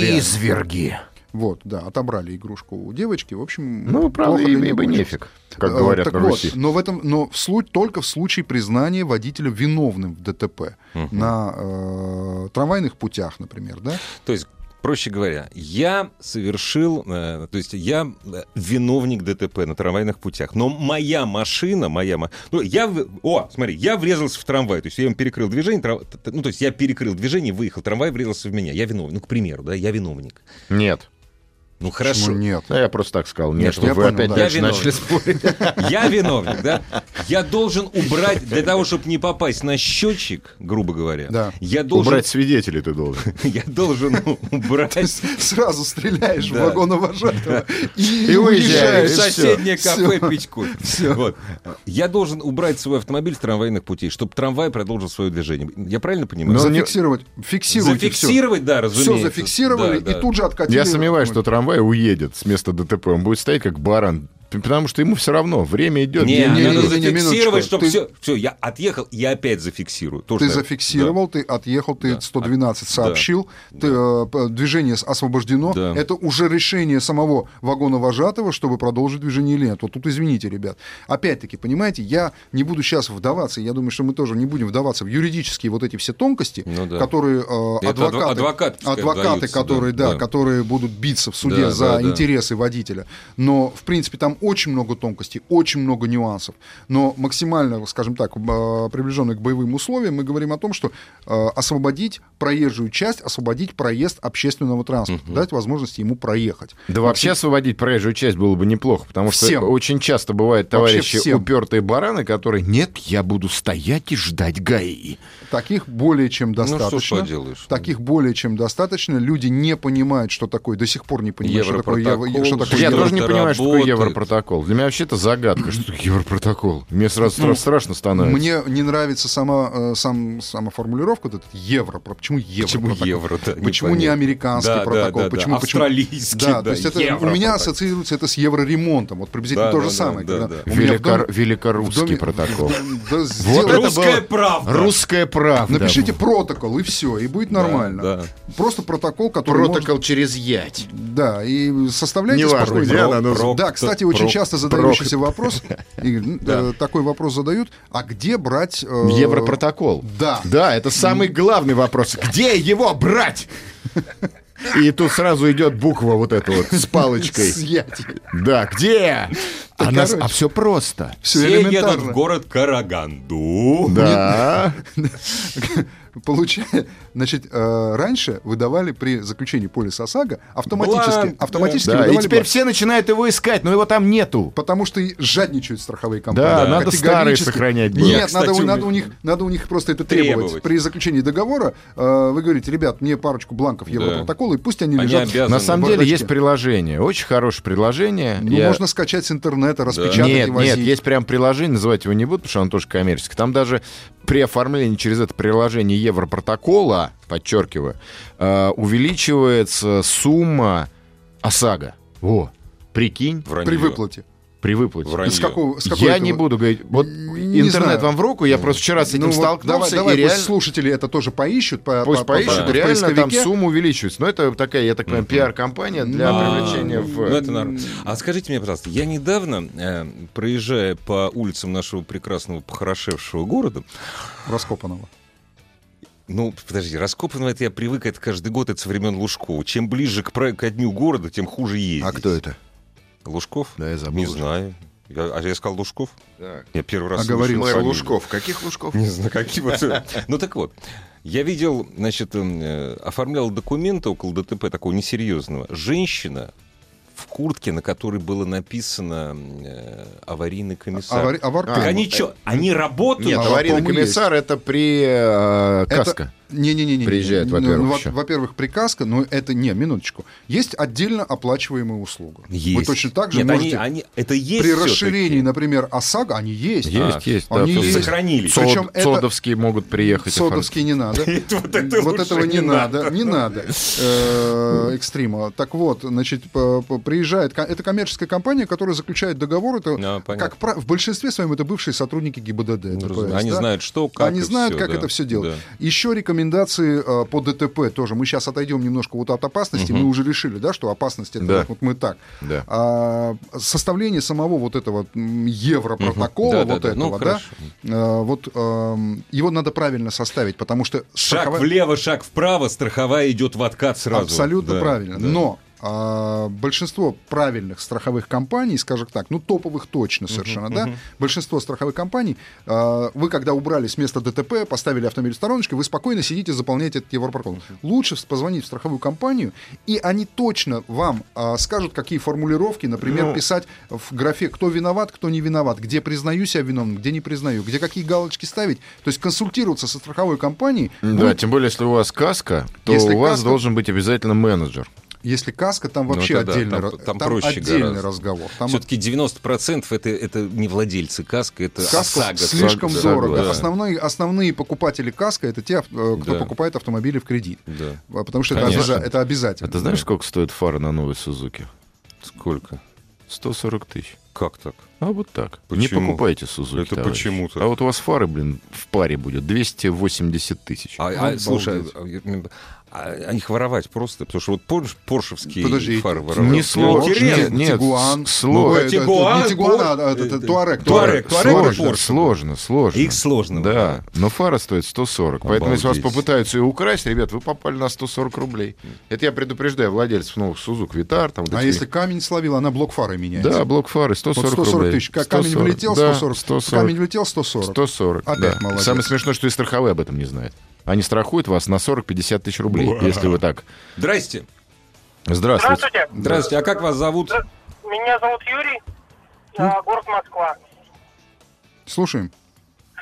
S2: Изверги.
S3: Вот, да, отобрали игрушку у девочки, в общем...
S2: Ну, правда,
S3: плохо для
S2: и
S3: нее
S2: бы
S3: кончилось.
S2: нефиг, как
S3: Э,
S2: говорят
S3: так
S2: на
S3: вот,
S2: Руси.
S3: но в этом, но в слу- только в случае признания водителя виновным в ДТП на э, трамвайных путях, например, да?
S1: То есть, проще говоря, я совершил, э, то есть я э, виновник ДТП на трамвайных путях, но моя машина, моя, ма- ну я, в- о, смотри, я врезался в трамвай, то есть я им перекрыл движение, трав- т- т- ну то есть я перекрыл движение, выехал, трамвай врезался в меня, я виновник, ну к примеру, да, я виновник.
S2: Нет.
S1: Ну
S3: Почему
S1: хорошо,
S3: нет.
S2: Ну, я просто так сказал. Нет,
S1: Нет,
S2: чтобы
S3: я
S2: вы
S3: понял,
S2: опять
S3: да.
S2: дальше
S1: Я
S2: начали
S1: виновен. <laughs>
S2: спорить.
S1: я виновник, да? Я должен убрать для того, чтобы не попасть на счетчик, грубо говоря.
S3: Да.
S1: Я должен,
S2: Убрать свидетелей ты должен.
S1: <laughs> я должен убрать
S3: Сразу стреляешь в
S1: Да. <laughs>
S3: вагоновожатого и,
S2: И
S1: уезжаю
S2: уезжаешь.
S1: в
S2: всё.
S1: соседнее кафе
S3: Всё.
S1: пить кофе. Вот. Я должен убрать свой автомобиль с трамвайных путей, чтобы трамвай продолжил свое движение. Я правильно понимаю?
S3: Ну,
S2: Но не-
S3: Зафиксировать. Фиксируйте
S1: Ну, Зафиксировать, да,
S3: все.
S1: разумеется.
S3: зафиксировали
S1: Да, да.
S3: и тут же откатили.
S2: Я сомневаюсь, что трамвай уедет с места ДТП. Он будет стоять как баран. Потому что ему все равно. Время идет.
S1: Не,
S2: день
S1: надо
S3: не, не, не, минуточку.
S1: зафиксировать, чтобы
S3: Ты-
S1: все, все, я отъехал, я опять зафиксирую. Тоже
S3: Ты
S1: надо.
S3: зафиксировал, ты отъехал, ты 112 сообщил, ты, э, п- движение с- освобождено.
S1: Да.
S3: Это уже решение самого вагона вожатого, чтобы продолжить движение или нет. Вот тут извините, ребят. Опять-таки, понимаете, я не буду сейчас вдаваться, и я думаю, что мы тоже не будем вдаваться в юридические вот эти все тонкости,
S1: Ну да.
S3: которые э,
S1: Это адв-
S3: адвокаты,
S1: адвокаты, пускай
S3: адвокаты,
S1: даются,
S3: которые,
S1: да,
S3: да,
S1: да.
S3: которые будут биться в суде
S1: Да,
S3: за
S1: да, да.
S3: интересы водителя. Но, в принципе, там очень много тонкостей, очень много нюансов. Но максимально, скажем так, б- приближенный к боевым условиям, мы говорим о том, что э, освободить проезжую часть, освободить проезд общественного транспорта, дать возможность ему проехать.
S2: Да вообще освободить проезжую часть было бы неплохо, потому что
S3: Всем.
S2: очень часто бывают
S3: Вообще
S2: товарищи
S3: всем.
S2: упертые бараны, которые «нет, я буду стоять и ждать ГАИ».
S3: Таких более чем
S1: ж
S3: достаточно.
S1: поделаешь.
S3: Таких более чем достаточно. Люди не понимают, что такое, до сих пор не понимают, что такое, евро-
S1: Европротокол,
S3: что такое
S2: Я
S1: Евро-
S3: евро-
S2: тоже не
S1: это
S2: понимаю, что такое
S1: работает.
S2: европротокол. Для меня вообще это загадка. Что такое европротокол? Мне сразу стра- страшно становится.
S3: Ну, Мне не нравится сама, э, сам, сама формулировка, вот этот евро. про- Почему евро?
S1: Почему
S3: протокол?
S1: евро? да,
S3: Почему не
S1: непонятно.
S3: американский
S1: Да, да,
S3: протокол?
S1: да, да.
S3: почему, почему-
S1: Австралийский,
S3: Да,
S1: да,
S3: то есть это у
S1: европротокол.
S3: меня ассоциируется это с евроремонтом. Вот приблизительно
S1: Да,
S3: то
S1: да,
S3: же
S1: да,
S3: самое.
S1: да,
S3: когда
S1: да.
S3: у меня в доме-
S2: Великор- Великорусский
S3: в доме-
S2: протокол.
S3: Да,
S2: Вот
S3: сделай-
S2: это
S1: Русская
S2: было-
S1: правда.
S2: Русская правда.
S3: Напишите протокол, и все, и будет нормально.
S1: да.
S3: Просто протокол, который может-
S2: протокол через ять.
S3: Да, и составляйте
S2: Неважно,
S3: спокойно.
S2: где она, но-
S3: Да, кстати, очень часто задающийся
S1: <laughs>
S3: вопрос, Игорь, ну, э, такой вопрос задают, а где брать... э,
S2: Европротокол.
S3: Да.
S2: Да, это самый главный вопрос. Где его брать? И тут сразу идет буква вот эта вот с палочкой.
S3: Съятие.
S2: Да, где? А, нас-
S3: короче.
S2: а все просто.
S3: Все
S1: Все едут
S3: <laughs> элементарно.
S1: в город Караганду.
S3: <laughs>
S2: Да.
S3: Получая, значит, э, раньше выдавали при заключении полиса ОСАГО автоматически,
S1: Бланк, да.
S3: автоматически
S2: Да,
S3: выдавали
S2: И теперь
S3: бланк.
S2: все начинают его искать, но его там нету.
S3: Потому что и жадничают страховые компании.
S2: Да, надо
S3: Категорически.
S2: старые сохранять было.
S3: Нет,
S1: Я, кстати,
S3: надо, у-
S1: у-
S3: надо у них, надо у них просто это требовать.
S1: Требовать.
S3: При заключении договора э, вы говорите, ребят, мне парочку бланков европротокола, и пусть они,
S1: Они
S3: лежат.
S1: обязаны.
S2: На самом
S3: бардачке.
S2: деле есть приложение, очень хорошее приложение.
S3: Ну,
S2: Я-
S3: можно скачать с интернета, распечатать
S2: нет,
S3: и возить.
S2: нет, есть прям приложение, называть его не буду, потому что оно тоже коммерческое. Там даже при оформлении через это приложение Европротокола, подчеркиваю, э, увеличивается сумма ОСАГО. Во, прикинь,
S1: Вранье.
S3: При выплате.
S2: При выплате.
S1: Вранье.
S3: С какого, с какой
S2: Я
S3: это
S2: не
S3: вы-
S2: буду говорить. Вот
S3: Не
S2: интернет
S3: знаю.
S2: вам в руку, я просто вчера с этим
S3: Ну вот
S2: столкнулся
S3: давай, давай,
S2: и
S3: пусть
S2: реально...
S3: слушатели это тоже поищут. по-
S2: Пусть
S3: по- по-
S2: поищут,
S3: в
S2: реально там
S3: поисковике.
S2: сумма увеличивается. Но это такая, я так понимаю, пиар-компания для
S1: А,
S2: привлечения в... э,
S1: ну, это норм. А скажите мне, пожалуйста, я недавно, э, проезжая по улицам нашего прекрасного, похорошевшего города,
S3: Раскопанного.
S1: ну, подожди, раскопанного это я привык, это каждый год, это со времен Лужкова. Чем ближе к, пра- ко дню города, тем хуже ездить.
S2: А кто это?
S1: Лужков?
S2: Да, я забыл
S1: Не
S2: уже.
S1: знаю. Я, а я сказал Лужков?
S2: Так.
S1: Я первый раз
S3: Оговорился.
S1: слышу
S2: Мэр
S1: фамилию.
S2: Лужков. Каких Лужков?
S1: Не знаю, какие вот... Ну так вот, я видел, значит, эм, э, оформлял документы около ДТП такого несерьезного. Женщина в куртке, на которой было написано э, аварийный комиссар.
S3: Авари- аварка.
S1: Так они что, они работают?
S2: А, ну, Нет,
S3: Ну,
S2: аварийный
S3: по-моему,
S2: комиссар это при э, каска.
S3: Не-не-не.
S2: Приезжает, во-первых, еще.
S3: Ну, Во-первых, приказка, но это не, минуточку. Есть отдельно оплачиваемая услуга. Вы
S1: Есть.
S3: точно так же
S1: Нет, они-
S3: можете...
S1: они- это есть
S3: При
S1: всё-таки.
S3: расширении, напер, например, ОСАГО, они есть.
S2: Есть,
S1: А,
S2: есть.
S3: они
S2: тут
S3: есть.
S1: Сохранились.
S2: Цод-
S3: Причем это-
S2: Цодовские могут приехать.
S3: Содовский не надо.
S1: Нет, вот <laughs> это
S3: Вот
S1: лучше
S3: этого не
S1: не
S3: надо, не надо э, экстрима. Так вот, значит, по- по- приезжает, ко- это коммерческая компания, которая заключает договор, это,
S1: Ну, понятно.
S3: как прав- в большинстве своем это бывшие сотрудники ГИБДД.
S1: Ну,
S3: ДПС,
S1: разумеется. Они
S3: да?
S1: знают, что, как
S3: Они
S1: и
S3: знают,
S1: всё,
S3: как
S1: да.
S3: это все делать.
S1: Да.
S3: Еще рекомендации э, по ДТП тоже. Мы сейчас отойдем немножко вот от опасности. Мы уже решили, да, что опасность это
S2: Да.
S3: вот, вот мы так.
S2: Да.
S3: А, составление самого вот этого м, европротокола,
S1: Да-да-да.
S3: вот
S1: Ну,
S3: этого, да,
S1: хорошо.
S3: э, вот эм, его надо правильно составить, потому что
S1: Шаг
S3: страховая-
S1: влево, шаг вправо, страховая идет в откат сразу.
S3: Абсолютно
S1: Да,
S3: правильно.
S1: да.
S3: Но а, большинство правильных страховых компаний, скажем так, ну топовых точно совершенно, да, большинство страховых компаний, а, вы когда убрали с места ДТП, поставили автомобиль в стороночку, вы спокойно сидите заполняете этот европротокол. Лучше вс- позвонить в страховую компанию, и они точно вам а, скажут, какие формулировки, например,
S1: Ну.
S3: писать в графе, кто виноват, кто не виноват, где признаю себя виновным, где не признаю, где какие галочки ставить. То есть консультироваться со страховой компанией
S2: Да, тем более, если у вас каска, то
S3: Если
S2: у вас
S3: каска-
S2: должен быть обязательно менеджер.
S3: Если каска, там
S1: Ну,
S3: вообще
S1: это да,
S3: отдельный,
S1: там-
S3: ра-
S1: там
S3: там
S1: проще
S3: отдельный
S1: гораздо.
S3: разговор. Там
S1: Все-таки 90% это, это не владельцы каска, это
S3: каска
S1: ОСАГО.
S3: слишком
S2: ОСАГО,
S3: дорого.
S1: да.
S3: Основные, основные покупатели каска это те, э, кто
S1: Да.
S3: покупает автомобили в кредит.
S1: Да.
S3: А, Потому что это,
S1: Конечно.
S3: обяза- это
S2: А
S3: обязательно.
S2: ты знаешь, сколько стоит фара на новой Сузуки?
S1: Сколько?
S2: 140 тысяч.
S1: Как так?
S2: А вот так. Не
S1: Почему?
S2: покупайте Сузуки,
S1: Это
S2: товарищи.
S1: почему-то.
S2: А вот у вас фары, блин, в паре будет 280 тысяч.
S3: Ну,
S1: А, а, слушай, а, а, а их воровать просто, потому что вот помнишь, поршевские
S3: Подожди,
S1: фары воровали.
S2: Не сложно.
S1: Ну,
S2: Нет,
S1: интересно.
S3: Тигуан.
S2: нет,
S3: Тигуан.
S2: с- сложно.
S3: Ну, это- это
S1: Тигуан,
S3: не Тигуан, а,
S1: Гор-
S3: а, это
S1: э,
S3: Туарек.
S1: Туарек, Туарек
S3: Туарек.
S1: это
S2: сложно,
S1: Порше.
S2: сложно, сложно.
S1: Их сложно
S2: Да,
S1: воровать.
S2: но фара стоит 140. Поэтому, если вас
S1: Обалдеть.
S2: попытаются ее украсть, ребят, вы попали на 140 рублей. Это я предупреждаю владельцев новых Сузук, Витар. Там, вот
S3: А
S2: эти-
S3: если камень словил, она блок фары меняет.
S2: Да, блок фары
S3: вот
S2: 140,
S3: 140
S2: рублей.
S3: тысяч. Как камень
S2: 140,
S3: влетел,
S2: да,
S3: 140.
S2: 140.
S3: Камень влетел, 140.
S2: 140,
S3: Опять
S2: да.
S3: молодец.
S2: Самое смешное, что и страховые об этом не знают. Они страхуют вас на 40-50 тысяч рублей, если вы так.
S1: Здрасте.
S2: Здравствуйте.
S5: Здравствуйте.
S1: Здравствуйте. А как вас зовут?
S5: Здра- Меня зовут Юрий, а, город Москва.
S3: Слушаем.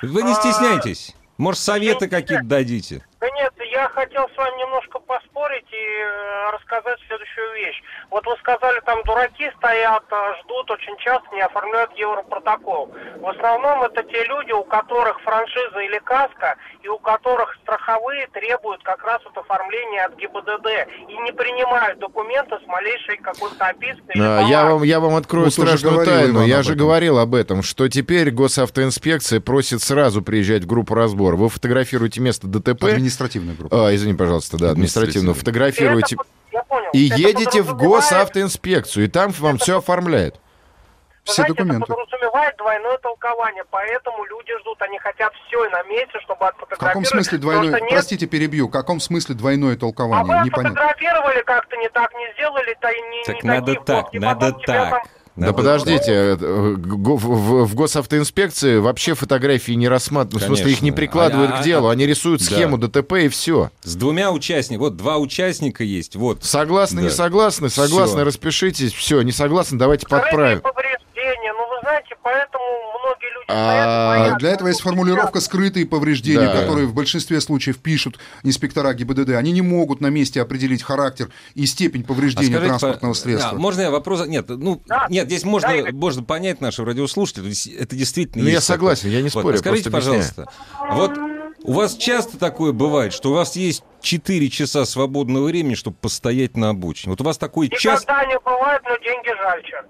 S1: Вы не стесняйтесь. Может, советы какие-то дадите?
S5: Да нет, я хотел с вами немножко поспорить и э, рассказать следующую вещь. Вот вы сказали, там дураки стоят, э, ждут очень часто, не оформляют европротокол. В основном это те люди, у которых франшиза или каска, и у которых страховые требуют как раз вот оформления от ГИБДД и не принимают документы с малейшей какой-то опиской. или
S2: Да, А, я
S5: помаркой.
S2: вам, я вам открою
S3: Вот уже
S2: страшную
S3: говорил
S2: тайну.
S3: Иван
S2: Я
S3: об
S2: же
S3: этом.
S2: говорил об этом, что теперь госавтоинспекция просит сразу приезжать в группу разбора. Вы фотографируете место ДТП.
S3: Административная группа.
S2: А, извини, пожалуйста, да, административно.
S1: Административную.
S2: Фотографируете
S5: Это- я понял.
S2: и
S5: Это
S2: едете в
S5: подразумевает-
S2: госавтоинспекцию, и там вам все оформляют.
S5: Вы
S3: Все
S5: знаете,
S3: документы.
S5: Это подразумевает двойное толкование, поэтому люди ждут, они хотят все и на месте, чтобы
S3: В каком
S5: отфотографировать.
S3: смысле двойное...
S5: Потому что нет-
S3: Простите, перебью. В каком смысле двойное
S5: А вы
S3: толкование? Непонятно.
S5: отфотографировали как-то не так, не сделали, да и не
S1: Так
S5: не
S1: надо
S5: такие
S1: так,
S5: фотки,
S1: надо
S5: потом тебя
S1: так.
S5: там-
S2: Да
S1: Надо-
S2: подождите, э, э, го- в, в- в госавтоинспекции вообще фотографии не рассматривают, ну, в смысле их не
S1: Конечно.
S2: прикладывают
S1: А-
S2: к
S1: а-
S2: делу, они рисуют
S1: Да.
S2: схему ДТП и все.
S1: С двумя участниками. Вот два участника есть. Вот.
S2: Согласны,
S1: Да.
S2: не согласны, согласны,
S1: Всё.
S2: распишитесь, все, не согласны, давайте
S5: Крайние
S2: подправим.
S5: повреждения, ну вы знаете, поэтому многие люди
S2: А,
S5: стоят и
S3: А
S5: боятся. Ну,
S3: Для этого есть формулировка «скрытые повреждения»,
S2: Да.
S3: которые в большинстве случаев пишут инспектора ГИБДД. Они не могут на месте определить характер и степень
S1: А
S3: повреждения
S1: скажите,
S3: транспортного
S1: по-
S3: средства.
S1: Да, можно я вопрос? Нет, ну
S5: Да.
S1: нет, здесь можно,
S5: Да, Игорь.
S1: можно понять нашего радиослушателя. здесь Это действительно.
S2: Ну, я
S1: есть такое.
S2: согласен, я не
S1: Вот, а
S2: спорю, я
S1: скажите,
S2: просто объясняю.
S1: пожалуйста, вот у вас часто такое бывает, что у вас есть 4 часа свободного времени, чтобы постоять на обочине. Вот у вас такой час.
S5: Никогда не бывает, но деньги жальче.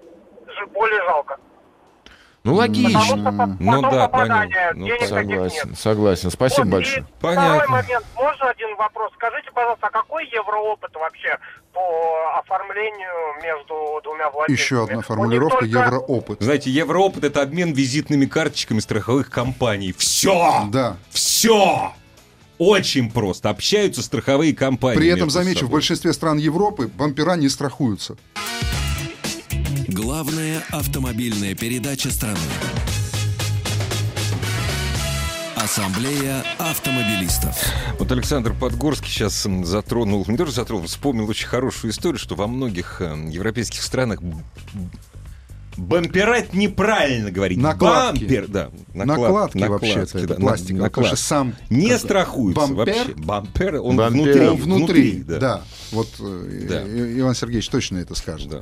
S5: Ж- Более жалко.
S2: Ну, логично.
S5: Потому что по-
S1: Ну
S5: потом
S1: да,
S5: попадание,
S1: понятно. Ну,
S5: денег таких
S2: Согласен,
S5: нет.
S2: согласен. Спасибо
S5: Вот,
S2: большое.
S5: И второй
S1: Понятно.
S5: момент. Можно один вопрос? Скажите, пожалуйста, а какой евроопыт вообще по оформлению между двумя владельцами?
S3: Еще одна
S5: Он не
S3: формулировка
S5: только-
S3: евроопыт.
S1: Знаете, Евроопыт — это обмен визитными карточками страховых компаний. Все!
S3: Да.
S1: Все! Очень просто. Общаются страховые компании.
S3: При этом,
S1: между
S3: замечу, в
S1: собой.
S3: большинстве стран Европы бампера не страхуются.
S4: Главная автомобильная передача страны. Ассамблея автомобилистов.
S1: Вот Александр Подгорский сейчас м, затронул, не тоже затронул, вспомнил очень хорошую историю, что во многих эм, европейских странах б- б- бамперать неправильно говорить.
S3: Накладки.
S1: Бампер, да. накладки,
S3: Накладки, вообще-то,
S1: да,
S3: это
S1: на-
S3: пластик. Потому
S1: накладки.
S3: что сам
S1: Не страхуется
S3: Бампер?
S1: вообще. Бампер, он
S2: Бампер.
S1: внутри.
S3: Он внутри, да. Вот э,
S1: Да.
S3: И- Иван Сергееевич точно это скажет.
S1: Да.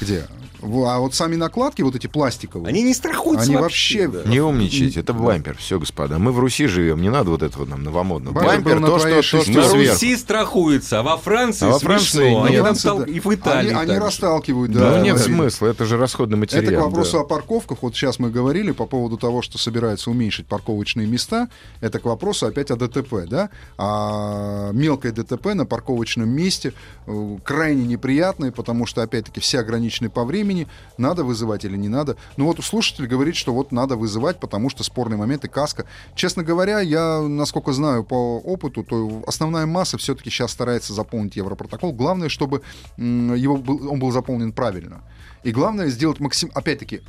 S3: Где? Во- А вот сами накладки, вот эти пластиковые,
S1: Они не страхуются
S3: Они
S1: вообще.
S3: вообще-
S1: да.
S2: Не умничайте, это бампер. Все, господа, мы в Руси живем, не надо вот этого нам новомодного.
S3: Бампер
S2: Бампер,
S3: был на
S2: то, что,
S3: твоей
S2: то,
S3: шестерке.
S2: что
S1: На
S2: сверху.
S1: Руси страхуются, а во Франции
S2: А во
S1: смешно.
S2: Франции нет.
S1: Они там
S3: Франции,
S1: стал-
S3: да.
S1: и в Италии
S3: Они, они
S1: также.
S3: расталкивают, да.
S2: Ну, нет
S3: Владимир.
S2: смысла, это же расходный материал.
S3: Это к вопросу
S2: да.
S3: о парковках. Вот сейчас мы говорили по поводу того, что собирается уменьшить парковочные места. Это к вопросу опять о ДТП, да? А мелкое ДТП на парковочном месте э, крайне неприятное, потому что, опять-таки, все ограничены по времени. Надо вызывать или не надо? Ну вот слушатель говорит, что вот надо вызывать, потому что спорные моменты, каска. Честно говоря, я, насколько знаю по опыту, то основная масса все-таки сейчас старается заполнить европротокол. Главное, чтобы м, его был, он был заполнен правильно. И главное сделать максим... Опять-таки,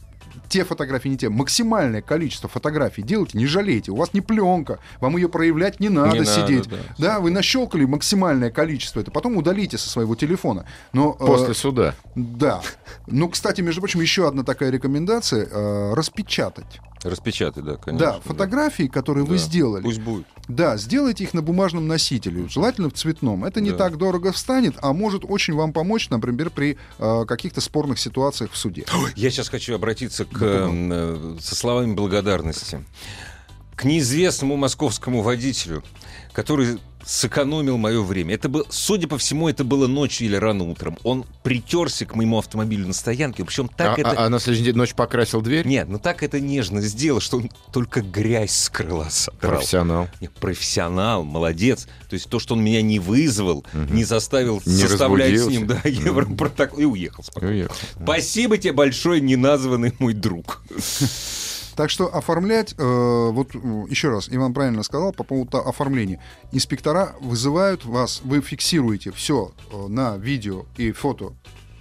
S3: те фотографии не те. Максимальное количество фотографий делайте, не жалейте. У вас не пленка, вам ее проявлять не надо
S1: надо,
S3: сидеть.
S1: да.
S3: да. вы нащелкали максимальное количество, это потом удалите со своего телефона. Но, э,
S2: После суда.
S3: Да. Ну, кстати, между прочим, еще одна такая рекомендация э, распечатать.
S1: Распечатать, да, конечно.
S3: да, фотографии, которые вы
S1: Да.
S3: сделали.
S1: Пусть будет.
S3: Да, сделайте их на бумажном носителе, желательно в цветном. Это не
S1: Да.
S3: так дорого встанет, а может очень вам помочь, например, при э, каких-то спорных ситуациях в суде.
S1: Я сейчас хочу обратиться к, эм, э, со словами благодарности к неизвестному московскому водителю, который сэкономил мое время. Это было, судя по всему, это было ночью или рано утром. Он притерся к моему автомобилю на стоянке, причем так
S2: а,
S1: это...
S2: а- а на следующий день ночью покрасил дверь?
S1: Нет, ну так это нежно сделал, что он только грязь с крыла содрал.
S2: Профессионал.
S1: Не, профессионал, молодец. То есть то, что он меня не вызвал,
S2: Мгм.
S1: не заставил
S2: Не
S1: составлять с ним да,
S2: разбудил тебя.
S1: европротокол и уехал
S2: И
S1: спокойно.
S2: уехал.
S1: Спасибо тебе большое, неназванный мой друг.
S3: Так что оформлять, э, вот м, еще раз, Иван правильно сказал по поводу то- оформления. Инспектора вызывают вас, вы фиксируете все на видео и фото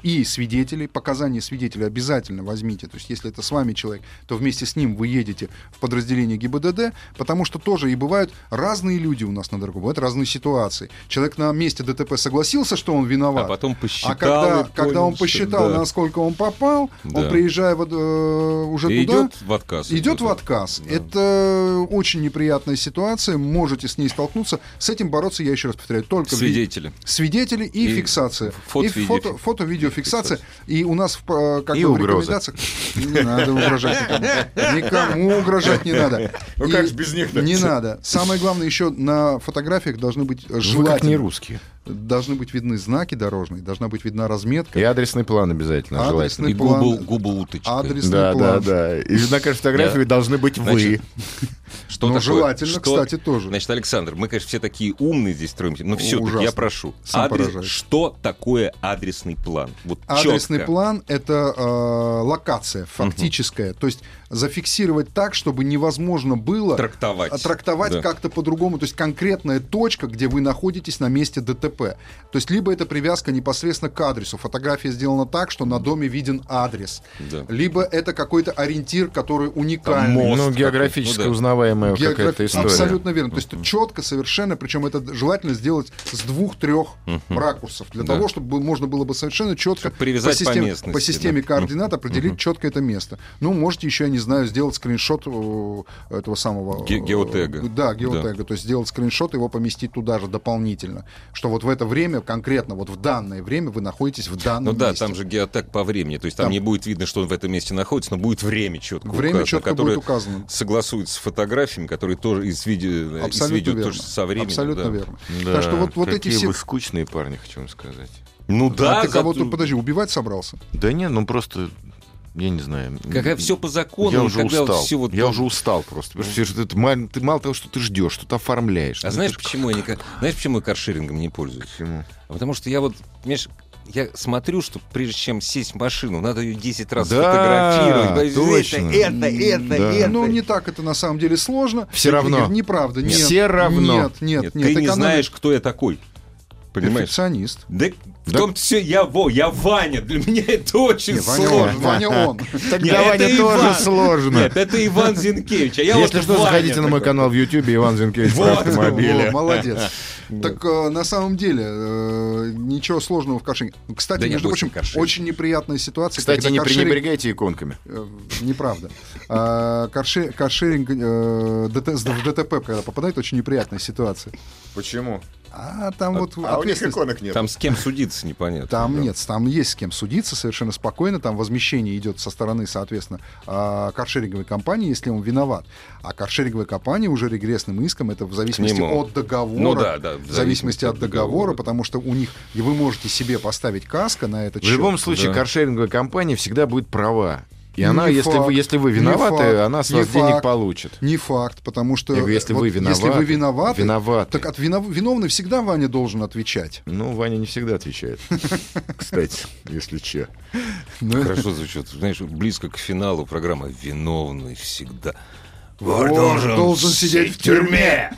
S3: и свидетелей, показания свидетелей обязательно возьмите. То есть, если это с вами человек, то вместе с ним вы едете в подразделение ГИБДД, потому что тоже и бывают разные люди у нас на дорогу, бывают разные ситуации. Человек на месте ДТП согласился, что он виноват,
S1: А потом посчитал.
S3: а когда,
S1: и понял,
S3: когда он
S1: что-
S3: посчитал,
S1: да.
S3: насколько он попал,
S1: Да.
S3: он приезжая вот, э, уже
S1: И
S3: туда,
S1: идет в отказ.
S3: идет в отказ. Это очень неприятная ситуация, можете с ней столкнуться. С этим бороться, я еще раз повторяю, только в ви-
S1: Свидетели.
S3: свидетели и,
S1: И
S3: фиксация.
S1: фото-
S3: и
S1: видео-
S3: фото, фото видеофиксация. И у нас в, э, как
S2: И
S3: бы в
S2: угрозы.
S3: рекомендациях... Не надо угрожать никому. Никому угрожать не надо.
S1: Ну
S3: И
S1: как же без них-то?
S3: Не надо. Самое главное, еще на фотографиях должны быть э,
S2: Ну, Вы как не
S3: желательно.
S2: русские.
S3: Должны быть видны знаки дорожные, должна быть видна разметка.
S2: И адресный план обязательно желательно.
S3: Адресный
S1: И губы,
S3: план.
S1: губы уточка.
S3: Адресный
S2: Да, да,
S3: план.
S2: да. И на каждой фотографии
S1: Да.
S2: должны быть вы.
S1: Значит, Что
S3: Но
S1: такое?
S3: Ну, желательно,
S1: Что-
S3: кстати, тоже.
S1: Значит, Александр, мы, конечно, все такие умные здесь строимся, но все таки
S3: Ужасно.
S1: я прошу.
S3: Сам
S1: Адрес-
S3: поражаюсь.
S1: Что такое адресный план? Вот
S3: Адресный
S1: четко.
S3: план это э, локация фактическая, то есть зафиксировать так, чтобы невозможно было
S1: Трактовать.
S3: трактовать
S1: Да.
S3: как-то по-другому, то есть конкретная точка, где вы находитесь на месте ДТП. То есть либо это привязка непосредственно к адресу, фотография сделана так, что на доме виден адрес,
S1: Да.
S3: либо это какой-то ориентир, который
S1: Там
S3: уникальный.
S1: мост
S2: Ну,
S1: какой-то.
S2: географически
S1: Ну, да.
S2: узнаваемая
S3: Географ-
S2: какая-то история.
S3: Абсолютно верно. То есть четко, совершенно, причем это желательно сделать с двух-трех ракурсов, для
S1: Да.
S3: того, чтобы можно было бы совершенно четко
S1: Чтоб привязать по
S3: системе,
S1: местности,
S3: по системе
S1: да.
S3: координат определить четко это место. Ну, можете еще, я не знаю, сделать скриншот э, этого самого... э,
S1: Ге- геотега.
S3: Да, геотега. То есть сделать скриншот, его поместить туда же дополнительно. Что вот в это время, конкретно вот в данное время вы находитесь в
S1: Ну
S3: данном
S1: да,
S3: месте.
S1: там же геотек по времени, то есть там,
S3: Там.
S1: не будет видно, что он в этом месте находится, но будет время четко
S3: Время
S1: указано,
S3: четко
S1: которое
S3: будет указано.
S1: согласуется с фотографиями, которые тоже из видео, из
S3: Абсолютно
S1: видео
S3: верно.
S1: тоже со временем.
S3: Абсолютно
S1: да.
S3: верно.
S2: Да,
S3: Так что вот, вот эти
S2: какие
S3: все...
S2: вы скучные парни, хочу вам сказать.
S1: Ну
S3: А
S1: да,
S3: ты
S1: зато-
S3: кого-то, подожди, убивать собрался?
S2: Да не, ну просто Я не знаю.
S1: Какая все по закону,
S2: я уже
S1: когда
S2: устал.
S1: вот все вот...
S2: Я уже устал просто. Потому что это- это мал- ты мало того, что ты ждешь, что ты оформляешь.
S1: А
S2: ну,
S1: знаешь,
S2: это ж
S1: почему я не... ка- Знаешь, почему я каршерингом не пользуюсь?
S2: к всему.
S1: А Потому что я вот, понимаешь, я смотрю, что прежде чем сесть в машину, надо ее 10 раз
S2: Да,
S1: фотографировать. Боюсь,
S2: точно.
S1: Это, это, это, это.
S3: Ну, не так это на самом деле сложно.
S2: Все равно.
S3: Игорь, Неправда. Нет,
S2: Все равно.
S3: Нет, нет,
S1: Нет,
S3: нет.
S1: ты не
S3: экономия-
S1: знаешь, кто я такой. Понимаешь?
S3: Перфекционист.
S1: Да в
S2: Да.
S1: том-то все, я Во, я Ваня. Для меня это очень
S3: Не, Ваня, он,
S1: сложно.
S3: Ваня он.
S2: Так
S1: Нет,
S2: давай,
S1: это
S2: это тоже
S1: Иван.
S2: сложно.
S1: Нет, это
S2: <laughs>
S1: Иван Зинкевич, а я
S2: Если
S1: вот
S2: что,
S1: Ваня
S2: заходите на мой
S1: такой.
S2: канал в Ютубе Иван Зинкевич
S1: Вот,
S2: про автомобили.
S3: Во, молодец. Так э, на самом деле э, ничего сложного в каршеринге. Кстати,
S1: Да не
S3: между
S1: будет
S3: прочим,
S1: каршеринга.
S3: очень неприятная ситуация.
S2: Кстати,
S3: когда
S2: не
S3: каршеринг-
S2: пренебрегайте иконками.
S3: Э, Неправда. А, карше- Каршеринг э, ДТ с- в ДТП, когда попадает, очень неприятная ситуация.
S2: Почему?
S3: А там вот
S2: А у них
S3: ответственность-
S2: иконок нет.
S1: Там с кем судиться, непонятно.
S3: Там нет, там есть с кем судиться совершенно спокойно, там возмещение идет со стороны, соответственно, а, каршеринговой компании, если он виноват. А каршеринговая компания уже регрессным иском, это в зависимости
S1: нему.
S3: от договора.
S1: Ну да, да,
S3: в зависимости от договора, потому что у них, и вы можете себе поставить каско на этот
S2: В любом случае,
S1: Да.
S2: каршеринговая компания всегда будет права. И
S3: Не
S2: она, если
S3: факт.
S2: вы, если вы
S3: Не
S2: виноваты,
S3: факт.
S2: она с
S3: Не
S2: вас денег
S3: факт.
S2: получит.
S3: Не факт, потому что...
S2: Я говорю, если
S3: вот
S2: вы виноваты.
S3: Если вы виноваты,
S2: Виноваты.
S3: так от винов- виновный всегда Ваня
S2: <laughs>
S3: должен отвечать.
S2: Ну, Ваня не
S1: <laughs>
S2: всегда отвечает. Кстати, если че.
S3: Ну,
S1: Хорошо звучит. Знаешь, близко к финалу программа «Виновный всегда».
S3: Вор должен сидеть в тюрьме.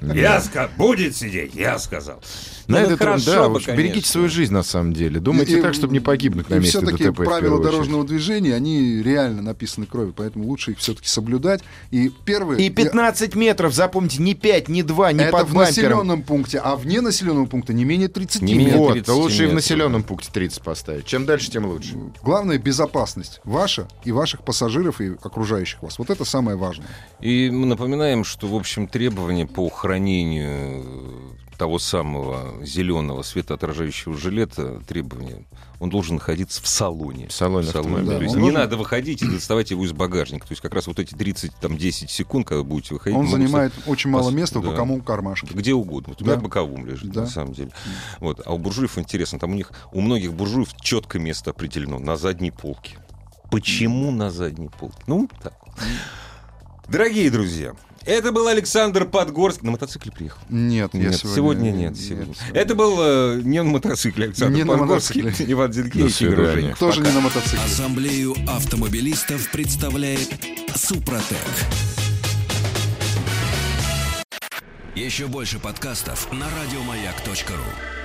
S1: Я сказал, будет сидеть, я сказал.
S2: На
S1: Ну,
S2: этот раз,
S1: хорошо
S2: да,
S1: бы,
S2: в общем, берегите
S1: конечно.
S2: свою жизнь на самом деле. Думайте
S3: И-
S2: так, чтобы не погибнуть на
S3: и
S2: месте
S3: все-таки
S2: ДТП. в первую
S3: правила
S2: очередь.
S3: дорожного движения, они реально написаны кровью, поэтому лучше их все-таки соблюдать. И первое...
S2: И
S3: я-
S2: 15 метров, запомните, не 5, не 2, не
S3: это
S2: под
S3: в
S2: бампером.
S3: населенном пункте, а вне населенного пункта не менее 30
S1: Не менее
S3: метров.
S2: Вот,
S1: 30
S2: лучше и в
S1: метров,
S2: населенном пункте 30 поставить. Чем дальше, тем лучше.
S3: Главное безопасность ваша и ваших пассажиров и окружающих вас. Вот это самое важное.
S1: И мы напоминаем, что, в общем, требования по хранению э, того самого зеленого светоотражающего жилета, требования, он должен находиться в салоне.
S2: В салоне автомобиля.
S1: То
S3: Да,
S1: есть
S3: он
S1: не
S3: должен-
S1: надо выходить и доставать его из багажника. То есть как раз вот эти 30, там, 10 секунд, когда будете выходить...
S3: Он
S1: могут
S3: занимает очень мало
S1: пос-
S3: места в
S1: да.
S3: боковом кармашке.
S1: где угодно. Вот У меня
S3: Да.
S1: боковом лежит,
S3: Да.
S1: на самом деле. Вот. А у буржуев интересно, там у них у многих буржуев четко место определено на задней полке. Почему на задней полке? Ну, так. Дорогие друзья, это был Александр Подгорский. На мотоцикле приехал.
S3: Нет, я
S1: нет, сегодня, нет. Сегодня. Это был э, не на мотоцикле Александр
S3: Не на
S1: Подгорский, <laughs>
S3: мотоцикле.
S1: Иван Зинкевич,
S2: До
S1: Игорь
S2: свидания.
S1: Женин.
S3: Тоже не на мотоцикле.
S4: Ассамблею автомобилистов представляет Супротек. Еще больше подкастов на радиомаяк.ру.